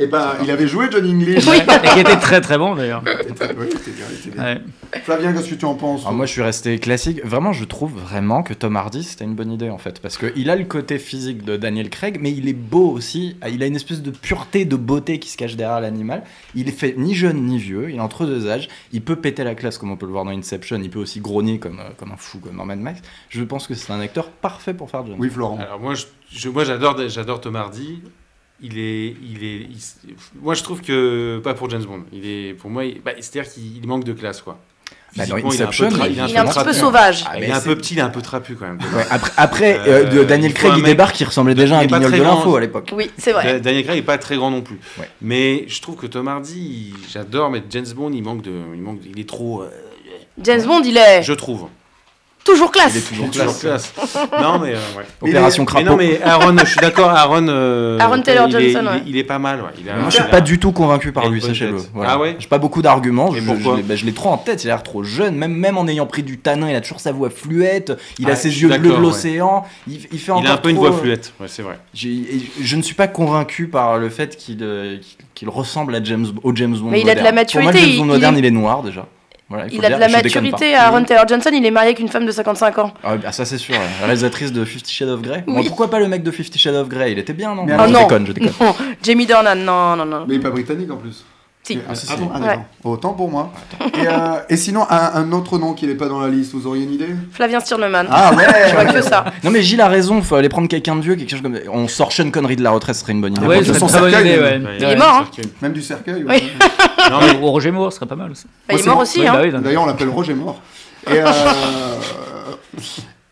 [SPEAKER 2] Eh ben, il avait joué John English.
[SPEAKER 3] Oui.
[SPEAKER 6] Et qui était très très bon d'ailleurs.
[SPEAKER 2] Il était- oui, il était bien, il était bien.
[SPEAKER 6] Ouais.
[SPEAKER 2] Flavien, qu'est-ce que tu en penses
[SPEAKER 4] Alors Ah, moi je suis resté classique. Vraiment je trouve vraiment que Tom Hardy c'était une bonne idée en fait parce qu'il a le côté physique de Daniel Craig mais il est beau aussi. Ah, Il a une espèce de pureté, de beauté qui se cache derrière l'animal. Il est fait ni jeune ni vieux. Il est entre deux âges. Il peut péter la classe comme on peut le voir dans Inception. Il peut aussi grogner comme, euh, comme un fou comme Norman Max. Je pense que c'est un acteur parfait pour faire John.
[SPEAKER 2] Oui, Florent.
[SPEAKER 5] Alors moi, je, je- moi j'adore, j'adore Tom Hardy. Il est, il est, il s- moi je trouve que pas pour James Bond. Il est, pour moi, il- bah, c'est-à-dire qu'il il manque de classe quoi.
[SPEAKER 4] Bah, dans
[SPEAKER 5] Physiquement, il est un peu
[SPEAKER 4] Inception,
[SPEAKER 5] tra-
[SPEAKER 4] il-
[SPEAKER 5] il est un
[SPEAKER 3] Il est un
[SPEAKER 5] peu
[SPEAKER 3] petit peu
[SPEAKER 5] trapu.
[SPEAKER 3] sauvage.
[SPEAKER 4] Ah,
[SPEAKER 5] Il
[SPEAKER 4] mais
[SPEAKER 5] est un
[SPEAKER 4] c'est-
[SPEAKER 5] peu petit, il est un peu trapu quand même.
[SPEAKER 4] Ouais, après après, euh, de
[SPEAKER 5] Euh,
[SPEAKER 4] Daniel
[SPEAKER 5] il faut
[SPEAKER 4] Craig
[SPEAKER 5] un
[SPEAKER 4] il
[SPEAKER 5] mec-
[SPEAKER 4] débarque, il ressemblait déjà à un
[SPEAKER 5] Il est pas
[SPEAKER 4] guignol
[SPEAKER 5] très
[SPEAKER 4] de
[SPEAKER 5] grand.
[SPEAKER 4] l'info à l'époque.
[SPEAKER 3] Oui, c'est
[SPEAKER 5] Da-
[SPEAKER 3] vrai.
[SPEAKER 5] Daniel Craig est pas très grand non plus.
[SPEAKER 4] Ouais.
[SPEAKER 5] Mais je trouve que Tom Hardy, il- j'adore, mais James Bond, il manque de, il manque, de- il est trop, euh,
[SPEAKER 3] James Bond, il est
[SPEAKER 5] je trouve.
[SPEAKER 3] toujours classe.
[SPEAKER 4] Il est toujours
[SPEAKER 5] Il est toujours
[SPEAKER 4] classe.
[SPEAKER 5] classe. non mais euh, ouais.
[SPEAKER 4] Opération
[SPEAKER 5] Mais
[SPEAKER 4] crapaud.
[SPEAKER 5] non mais Aaron, je suis d'accord, Aaron. euh,
[SPEAKER 3] Aaron Taylor-Johnson,
[SPEAKER 5] il est- il est-
[SPEAKER 3] ouais.
[SPEAKER 5] Il est pas mal, ouais. Il a-
[SPEAKER 4] Moi, je
[SPEAKER 5] il
[SPEAKER 4] suis
[SPEAKER 5] a-
[SPEAKER 4] pas du tout convaincu par
[SPEAKER 5] il a
[SPEAKER 4] lui,
[SPEAKER 5] une bonne
[SPEAKER 4] sachez-le.
[SPEAKER 5] tête.
[SPEAKER 4] Voilà.
[SPEAKER 5] Ah ouais
[SPEAKER 4] J'ai pas beaucoup d'arguments. Je,
[SPEAKER 5] Et
[SPEAKER 4] je
[SPEAKER 5] pourquoi
[SPEAKER 4] l'ai- ben, je l'ai trop en tête. Il a l'air trop jeune. Même, même en ayant pris du tanin, il a toujours sa voix fluette. Il
[SPEAKER 5] Ah,
[SPEAKER 4] a ses
[SPEAKER 5] je suis
[SPEAKER 4] yeux bleus de
[SPEAKER 5] d'accord, ouais.
[SPEAKER 4] l'océan. Il, il fait
[SPEAKER 5] Il a un
[SPEAKER 4] encore
[SPEAKER 5] peu une
[SPEAKER 4] trop,
[SPEAKER 5] voix
[SPEAKER 4] euh,
[SPEAKER 5] fluette, ouais, c'est vrai.
[SPEAKER 4] j'ai- et je- je ne suis pas convaincu par le fait qu'il euh, qu'il ressemble à James, au James Bond.
[SPEAKER 3] Mais il a de la
[SPEAKER 4] moderne. Pour moi, le
[SPEAKER 3] maturité,
[SPEAKER 4] James Bond
[SPEAKER 3] il-
[SPEAKER 4] moderne,
[SPEAKER 3] il-
[SPEAKER 4] il est noir déjà. Voilà, faut
[SPEAKER 3] Il
[SPEAKER 4] le
[SPEAKER 3] a de
[SPEAKER 4] dire,
[SPEAKER 3] la
[SPEAKER 4] je déconne
[SPEAKER 3] maturité.
[SPEAKER 4] pas.
[SPEAKER 3] Aaron Taylor Johnson, il est marié avec une femme de 55 ans.
[SPEAKER 4] Ah, ouais, bah, ça c'est sûr, la réalisatrice de Fifty Shades of Grey. Bon,
[SPEAKER 3] Oui.
[SPEAKER 4] pourquoi pas le mec de Fifty Shades of Grey Il était bien, non
[SPEAKER 2] Mais
[SPEAKER 4] Non,
[SPEAKER 2] alors-
[SPEAKER 4] Je
[SPEAKER 3] Oh, non.
[SPEAKER 4] déconne, je déconne.
[SPEAKER 3] Non, Jamie Dornan, non, non, non.
[SPEAKER 2] Mais il est pas britannique en plus.
[SPEAKER 3] Si.
[SPEAKER 2] Mais- Ah,
[SPEAKER 4] si,
[SPEAKER 2] ah
[SPEAKER 4] si.
[SPEAKER 2] bon, ah, d'accord. Autant pour moi. Et, euh, et sinon, un, un autre nom qui n'est pas dans la liste, vous auriez une idée
[SPEAKER 3] Flavien Stirneman.
[SPEAKER 2] Ah
[SPEAKER 3] Je vois que
[SPEAKER 2] ouais
[SPEAKER 3] ça.
[SPEAKER 4] Non mais Gilles a raison, faut aller prendre quelqu'un de vieux, quelque chose comme on sort Sean Connery de la retraite, ce serait une bonne idée.
[SPEAKER 6] Ah Ouais,
[SPEAKER 2] de
[SPEAKER 6] c'est
[SPEAKER 2] son
[SPEAKER 6] une très bonne
[SPEAKER 2] cercueil,
[SPEAKER 6] idée,
[SPEAKER 2] même.
[SPEAKER 6] ouais.
[SPEAKER 3] Il est mort, hein.
[SPEAKER 2] Même du
[SPEAKER 3] Oui.
[SPEAKER 2] cercueil. ouais.
[SPEAKER 5] Non, mais-
[SPEAKER 6] Ouais, Ou Roger Moore serait pas mal aussi.
[SPEAKER 3] Bah, il
[SPEAKER 2] c'est
[SPEAKER 3] est mort
[SPEAKER 2] bon.
[SPEAKER 3] aussi,
[SPEAKER 6] Ouais, bah
[SPEAKER 3] hein.
[SPEAKER 6] oui, donc-
[SPEAKER 2] D'ailleurs, on l'appelle Roger Mort. Et, euh,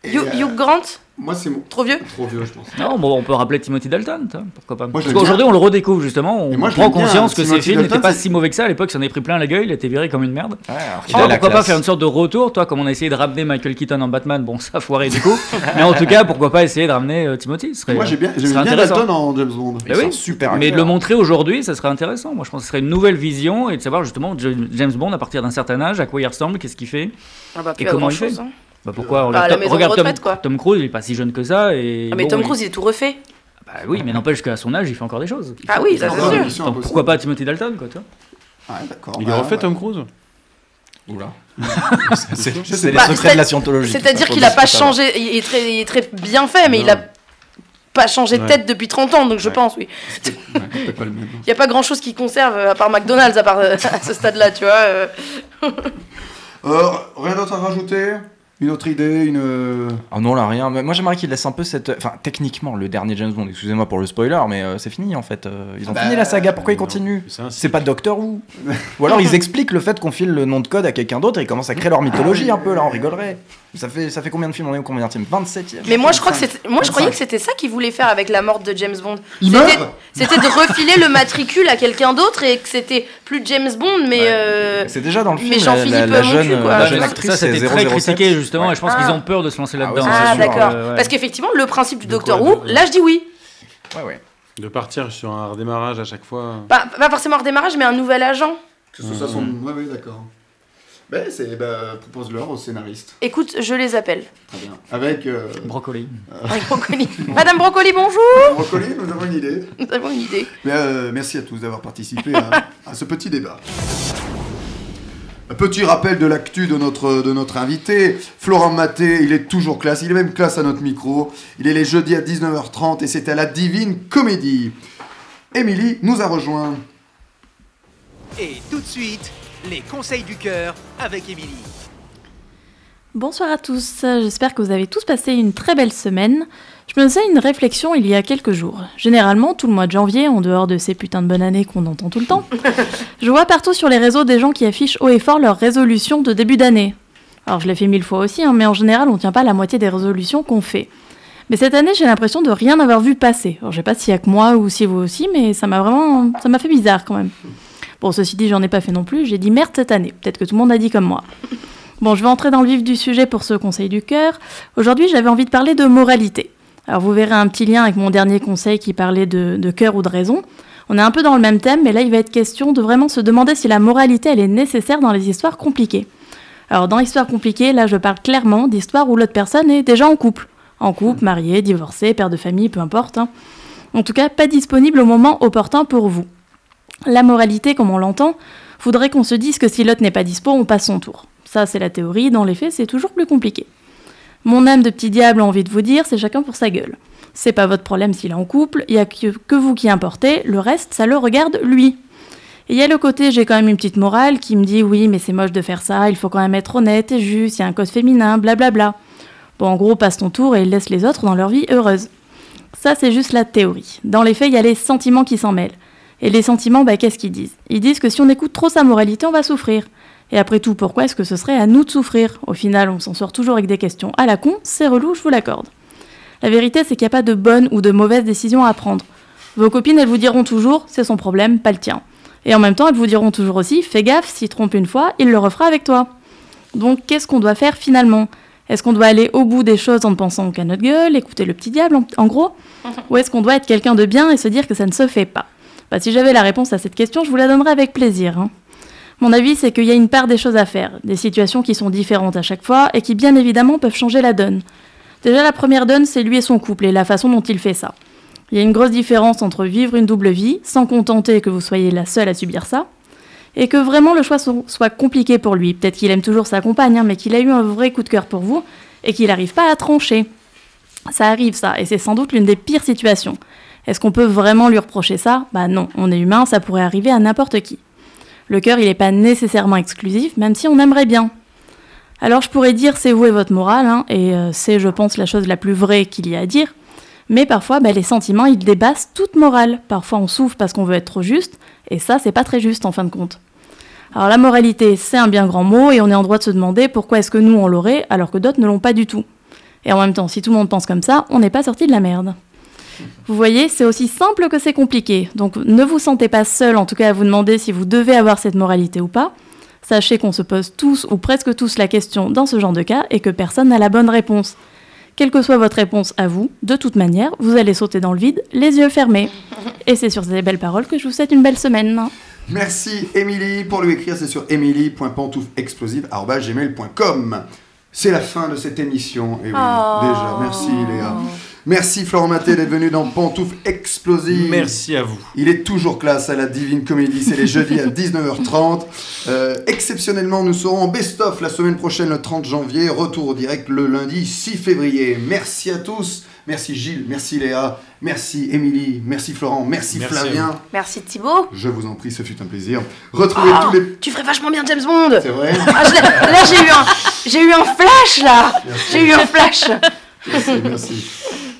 [SPEAKER 2] et,
[SPEAKER 3] Hugh
[SPEAKER 2] euh,
[SPEAKER 3] Hugh Grant,
[SPEAKER 2] moi, c'est mon-
[SPEAKER 3] trop vieux.
[SPEAKER 2] trop vieux, je pense.
[SPEAKER 6] Non, bon, on peut rappeler Timothy Dalton, toi, pourquoi pas.
[SPEAKER 2] Moi,
[SPEAKER 6] Parce
[SPEAKER 2] je l'aime
[SPEAKER 6] qu'aujourd'hui, on le redécouvre justement, on
[SPEAKER 2] Et moi, je
[SPEAKER 6] prend
[SPEAKER 2] l'aime bien,
[SPEAKER 6] conscience que
[SPEAKER 2] Timothy
[SPEAKER 6] ces films
[SPEAKER 2] Dalton,
[SPEAKER 6] n'étaient pas
[SPEAKER 2] c'est-
[SPEAKER 6] si mauvais que ça. À l'époque, il s'en est pris plein la gueule, il a été viré comme une merde.
[SPEAKER 4] Ouais, alors qu'il
[SPEAKER 6] Ah,
[SPEAKER 4] a la
[SPEAKER 6] pourquoi pas
[SPEAKER 4] classe.
[SPEAKER 6] faire une sorte de retour, toi, comme on a essayé de ramener Michael Keaton en Batman, bon, ça a foiré du coup. mais en tout cas, pourquoi pas essayer de ramener euh, Timothy ce serait,
[SPEAKER 2] Moi, j'ai bien,
[SPEAKER 6] ce
[SPEAKER 2] j'aimais
[SPEAKER 6] serait
[SPEAKER 2] bien
[SPEAKER 6] intéressant.
[SPEAKER 2] Dalton en James Bond.
[SPEAKER 6] Bah
[SPEAKER 4] C'est
[SPEAKER 6] oui.
[SPEAKER 4] un super
[SPEAKER 6] Mais de
[SPEAKER 4] acteur.
[SPEAKER 6] le montrer aujourd'hui, ça serait intéressant. Moi, je pense que ce serait une nouvelle vision et de savoir justement Jo- James Bond à partir d'un certain âge, à quoi il ressemble, qu'est-ce qu'il fait.
[SPEAKER 3] Ah bah, plus
[SPEAKER 6] Et
[SPEAKER 3] à
[SPEAKER 6] comment
[SPEAKER 3] grand
[SPEAKER 6] il fait
[SPEAKER 3] chose. hein.
[SPEAKER 6] Bah pourquoi
[SPEAKER 3] Bah, à la
[SPEAKER 6] Tom-
[SPEAKER 3] maison de
[SPEAKER 6] regarde Tom,
[SPEAKER 3] retraite, quoi.
[SPEAKER 6] Tom Cruise, il est pas si jeune que ça. Et
[SPEAKER 3] Ah, mais
[SPEAKER 6] bon,
[SPEAKER 3] Tom
[SPEAKER 6] il-
[SPEAKER 3] Cruise, il est tout refait.
[SPEAKER 6] Bah oui, mais n'empêche qu'à son âge, il fait encore des choses.
[SPEAKER 3] Ah oui, ça
[SPEAKER 2] Ah,
[SPEAKER 3] c'est sûr.
[SPEAKER 2] ouais, Mission
[SPEAKER 6] Donc,
[SPEAKER 2] Impossible.
[SPEAKER 6] pourquoi pas Timothy Dalton, quoi, toi
[SPEAKER 2] Ah, d'accord.
[SPEAKER 5] Il est
[SPEAKER 2] Bah,
[SPEAKER 5] refait
[SPEAKER 2] bah.
[SPEAKER 5] Tom Cruise
[SPEAKER 4] Oula. c'est c'est
[SPEAKER 2] sais
[SPEAKER 4] les
[SPEAKER 3] pas.
[SPEAKER 4] secrets de la
[SPEAKER 3] C'est-
[SPEAKER 4] scientologie. tout
[SPEAKER 3] C'est-à-dire
[SPEAKER 4] ça,
[SPEAKER 3] qu'il a
[SPEAKER 4] faut
[SPEAKER 3] pas
[SPEAKER 4] dire, faut
[SPEAKER 3] changé, il est très, il est très bien fait, mais
[SPEAKER 5] Non.
[SPEAKER 3] il a pas changé de
[SPEAKER 5] Ouais.
[SPEAKER 3] tête depuis 30 ans, donc je
[SPEAKER 5] Ouais.
[SPEAKER 3] pense, oui.
[SPEAKER 2] C'est pas le même.
[SPEAKER 3] Il n'y a pas grand-chose qui conserve, euh, à part McDonald's, à part euh, à ce stade-là, tu vois. euh.
[SPEAKER 2] Euh, rien d'autre à rajouter Une autre idée Une. euh,
[SPEAKER 4] pas. Ah non, là rien. Mais moi j'aimerais qu'il laisse un peu cette. Enfin, techniquement, le dernier James Bond, excusez-moi pour le spoiler, mais euh, c'est fini en fait. Euh, Ils ont
[SPEAKER 2] Bah,
[SPEAKER 4] fini la saga, pourquoi ils
[SPEAKER 5] Non,
[SPEAKER 4] continuent
[SPEAKER 5] c'est un-
[SPEAKER 4] C'est pas Doctor Who Ou alors ils expliquent le fait qu'on file le nom de code à quelqu'un d'autre et ils commencent à créer leur mythologie un peu, là on rigolerait. Ça fait, ça fait combien de films on est au combien de films 27 e
[SPEAKER 3] Mais moi, je crois que
[SPEAKER 2] 25.
[SPEAKER 3] c'était, moi, je croyais que c'était ça qu'ils voulaient faire avec la mort de James Bond.
[SPEAKER 2] Il
[SPEAKER 3] C'était-
[SPEAKER 2] meurt
[SPEAKER 3] C'était de refiler le matricule à quelqu'un d'autre et que c'était plus James Bond, mais
[SPEAKER 4] Ouais.
[SPEAKER 3] euh,
[SPEAKER 4] C'est déjà dans le
[SPEAKER 3] mais
[SPEAKER 4] film, la,
[SPEAKER 3] Jean-Philippe
[SPEAKER 4] la- la
[SPEAKER 3] Moncu,
[SPEAKER 4] jeune,
[SPEAKER 3] quoi.
[SPEAKER 4] la
[SPEAKER 3] Ouais,
[SPEAKER 4] jeune
[SPEAKER 3] mais
[SPEAKER 4] actrice,
[SPEAKER 6] ça, c'était
[SPEAKER 4] c'est
[SPEAKER 6] très
[SPEAKER 4] 007.
[SPEAKER 6] critiqué justement, et je pense
[SPEAKER 3] Ah.
[SPEAKER 6] qu'ils ont peur de se lancer là-dedans.
[SPEAKER 4] ouais,
[SPEAKER 3] ah
[SPEAKER 2] hein.
[SPEAKER 4] c'est sûr,
[SPEAKER 3] d'accord.
[SPEAKER 6] Euh, ouais.
[SPEAKER 3] Parce qu'effectivement, le principe du
[SPEAKER 5] De
[SPEAKER 3] Docteur
[SPEAKER 5] quoi,
[SPEAKER 3] Who,
[SPEAKER 5] de-
[SPEAKER 3] là, je dis oui.
[SPEAKER 4] Ouais, ouais.
[SPEAKER 5] De partir sur un redémarrage à chaque fois.
[SPEAKER 3] Pas, pas forcément un redémarrage, mais un nouvel agent.
[SPEAKER 2] Que ce soit son. Ouais, ouais, d'accord. Ben, c'est. Bah, propose-leur au scénariste.
[SPEAKER 3] Écoute, je les appelle.
[SPEAKER 2] Très bien. Avec. euh,
[SPEAKER 6] Brocoli.
[SPEAKER 3] Avec Brocoli. Madame Brocoli, bonjour.
[SPEAKER 2] Brocoli, nous avons une idée.
[SPEAKER 3] Nous avons une idée.
[SPEAKER 2] Mais, euh, merci à tous d'avoir participé à, à ce petit débat. Un petit rappel de l'actu de notre, de notre invité, Florent Maté, il est toujours classe, il est même classe à notre micro. Il est les jeudis à 19h30 et c'est à la Divine Comédie. Émilie nous a rejoint.
[SPEAKER 1] Et tout de suite, les conseils du cœur avec Émilie.
[SPEAKER 11] Bonsoir à tous, j'espère que vous avez tous passé une très belle semaine. Je me faisais une réflexion il y a quelques jours. Généralement, tout le mois de janvier, en dehors de ces putains de bonnes années qu'on entend tout le temps, je vois partout sur les réseaux des gens qui affichent haut et fort leurs résolutions de début d'année. Alors je l'ai fait mille fois aussi, hein, mais en général, on tient pas la moitié des résolutions qu'on fait. Mais cette année, j'ai l'impression de rien avoir vu passer. Alors je sais pas s'il y a que moi ou si vous aussi, mais ça m'a vraiment, ça m'a fait bizarre quand même. Bon, ceci dit, j'en ai pas fait non plus, j'ai dit merde cette année. Peut-être que tout le monde a dit comme moi. Bon, je vais entrer dans le vif du sujet pour ce conseil du cœur. Aujourd'hui, j'avais envie de parler de moralité. Alors, vous verrez un petit lien avec mon dernier conseil qui parlait de, de cœur ou de raison. On est un peu dans le même thème, mais là, il va être question de vraiment se demander si la moralité, elle est nécessaire dans les histoires compliquées. Alors, dans histoire compliquée, là, je parle clairement d'histoires où l'autre personne est déjà en couple. En couple, marié, divorcé, père de famille, peu importe. hein. En tout cas, pas disponible au moment opportun pour vous. La moralité, comme on l'entend, faudrait qu'on se dise que si l'autre n'est pas dispo, on passe son tour. Ça, c'est la théorie, dans les faits, c'est toujours plus compliqué. Mon âme de petit diable a envie de vous dire, c'est chacun pour sa gueule. C'est pas votre problème s'il est en couple, il y a que, que vous qui importez, le reste, ça le regarde lui. Et il y a le côté, j'ai quand même une petite morale qui me dit, oui, mais c'est moche de faire ça, il faut quand même être honnête et juste, il y a un code féminin, blablabla. Bon, en gros, passe ton tour et laisse les autres dans leur vie heureuse. Ça, c'est juste la théorie. Dans les faits, il y a les sentiments qui s'en mêlent. Et les sentiments, bah, qu'est-ce qu'ils disent Ils disent que si on écoute trop sa moralité, on va souffrir. Et après tout, pourquoi est-ce que ce serait à nous de souffrir Au final, on s'en sort toujours avec des questions à la con, c'est relou, je vous l'accorde. La vérité, c'est qu'il n'y a pas de bonne ou de mauvaise décision à prendre. Vos copines, elles vous diront toujours, c'est son problème, pas le tien. Et en même temps, elles vous diront toujours aussi, fais gaffe, s'il trompe une fois, il le refera avec toi. Donc, qu'est-ce qu'on doit faire finalement Est-ce qu'on doit aller au bout des choses en ne pensant qu'à notre gueule, écouter le petit diable, en, en gros Ou est-ce qu'on doit être quelqu'un de bien et se dire que ça ne se fait pas Bah, Si j'avais la réponse à cette question, je vous la donnerais avec plaisir. hein. Mon avis, c'est qu'il y a une part des choses à faire, des situations qui sont différentes à chaque fois et qui, bien évidemment, peuvent changer la donne. Déjà, la première donne, c'est lui et son couple et la façon dont il fait ça. Il y a une grosse différence entre vivre une double vie, sans contenter que vous soyez la seule à subir ça, et que vraiment le choix so- soit compliqué pour lui. Peut-être qu'il aime toujours sa compagne, hein, mais qu'il a eu un vrai coup de cœur pour vous et qu'il n'arrive pas à trancher. Ça arrive, ça, et c'est sans doute l'une des pires situations. Est-ce qu'on peut vraiment lui reprocher ça Bah non, on est humain, ça pourrait arriver à n'importe qui. Le cœur, il n'est pas nécessairement exclusif, même si on aimerait bien. Alors je pourrais dire c'est vous et votre morale, hein, et euh, c'est je pense la chose la plus vraie qu'il y a à dire, mais parfois bah, les sentiments ils dépassent toute morale. Parfois on souffre parce qu'on veut être trop juste, et ça c'est pas très juste en fin de compte. Alors la moralité c'est un bien grand mot, et on est en droit de se demander pourquoi est-ce que nous on l'aurait alors que d'autres ne l'ont pas du tout. Et en même temps si tout le monde pense comme ça, on n'est pas sorti de la merde. Vous voyez, c'est aussi simple que c'est compliqué. Donc ne vous sentez pas seul, en tout cas à vous demander si vous devez avoir cette moralité ou pas. Sachez qu'on se pose tous ou presque tous la question dans ce genre de cas et que personne n'a la bonne réponse. Quelle que soit votre réponse à vous, de toute manière, vous allez sauter dans le vide, les yeux fermés. Et c'est sur ces belles paroles que je vous souhaite une belle semaine.
[SPEAKER 2] Merci Émilie. Pour lui écrire, c'est sur emily.pantoufexplosive.com. C'est la fin de cette émission. Et oui,
[SPEAKER 12] Oh.
[SPEAKER 2] déjà. Merci Léa. Merci Florent Maté d'être venu dans Pantouf Explosive.
[SPEAKER 5] Merci à vous.
[SPEAKER 2] Il est toujours classe à la Divine Comédie. C'est les jeudis à 19h30. Euh, exceptionnellement, nous serons en best-of la semaine prochaine, le 30 janvier. Retour au direct le lundi 6 février. Merci à tous. Merci Gilles. Merci Léa. Merci Émilie. Merci Florent. Merci,
[SPEAKER 5] Merci à
[SPEAKER 2] Flavien.
[SPEAKER 5] vous.
[SPEAKER 3] Merci Thibaut.
[SPEAKER 2] Je vous en prie, ce fut un plaisir. Retrouvez
[SPEAKER 3] Oh,
[SPEAKER 2] tous les.
[SPEAKER 3] Tu ferais vachement bien James Bond.
[SPEAKER 2] C'est vrai
[SPEAKER 3] Ah, je l'ai- là j'ai eu un, j'ai eu un flash là. J'ai eu un flash.
[SPEAKER 2] Merci, merci.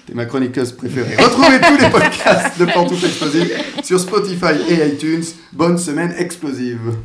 [SPEAKER 2] T'es ma chroniqueuse préférée. Retrouvez tous les podcasts de Pantoufles Explosives sur Spotify et iTunes. Bonne semaine explosive.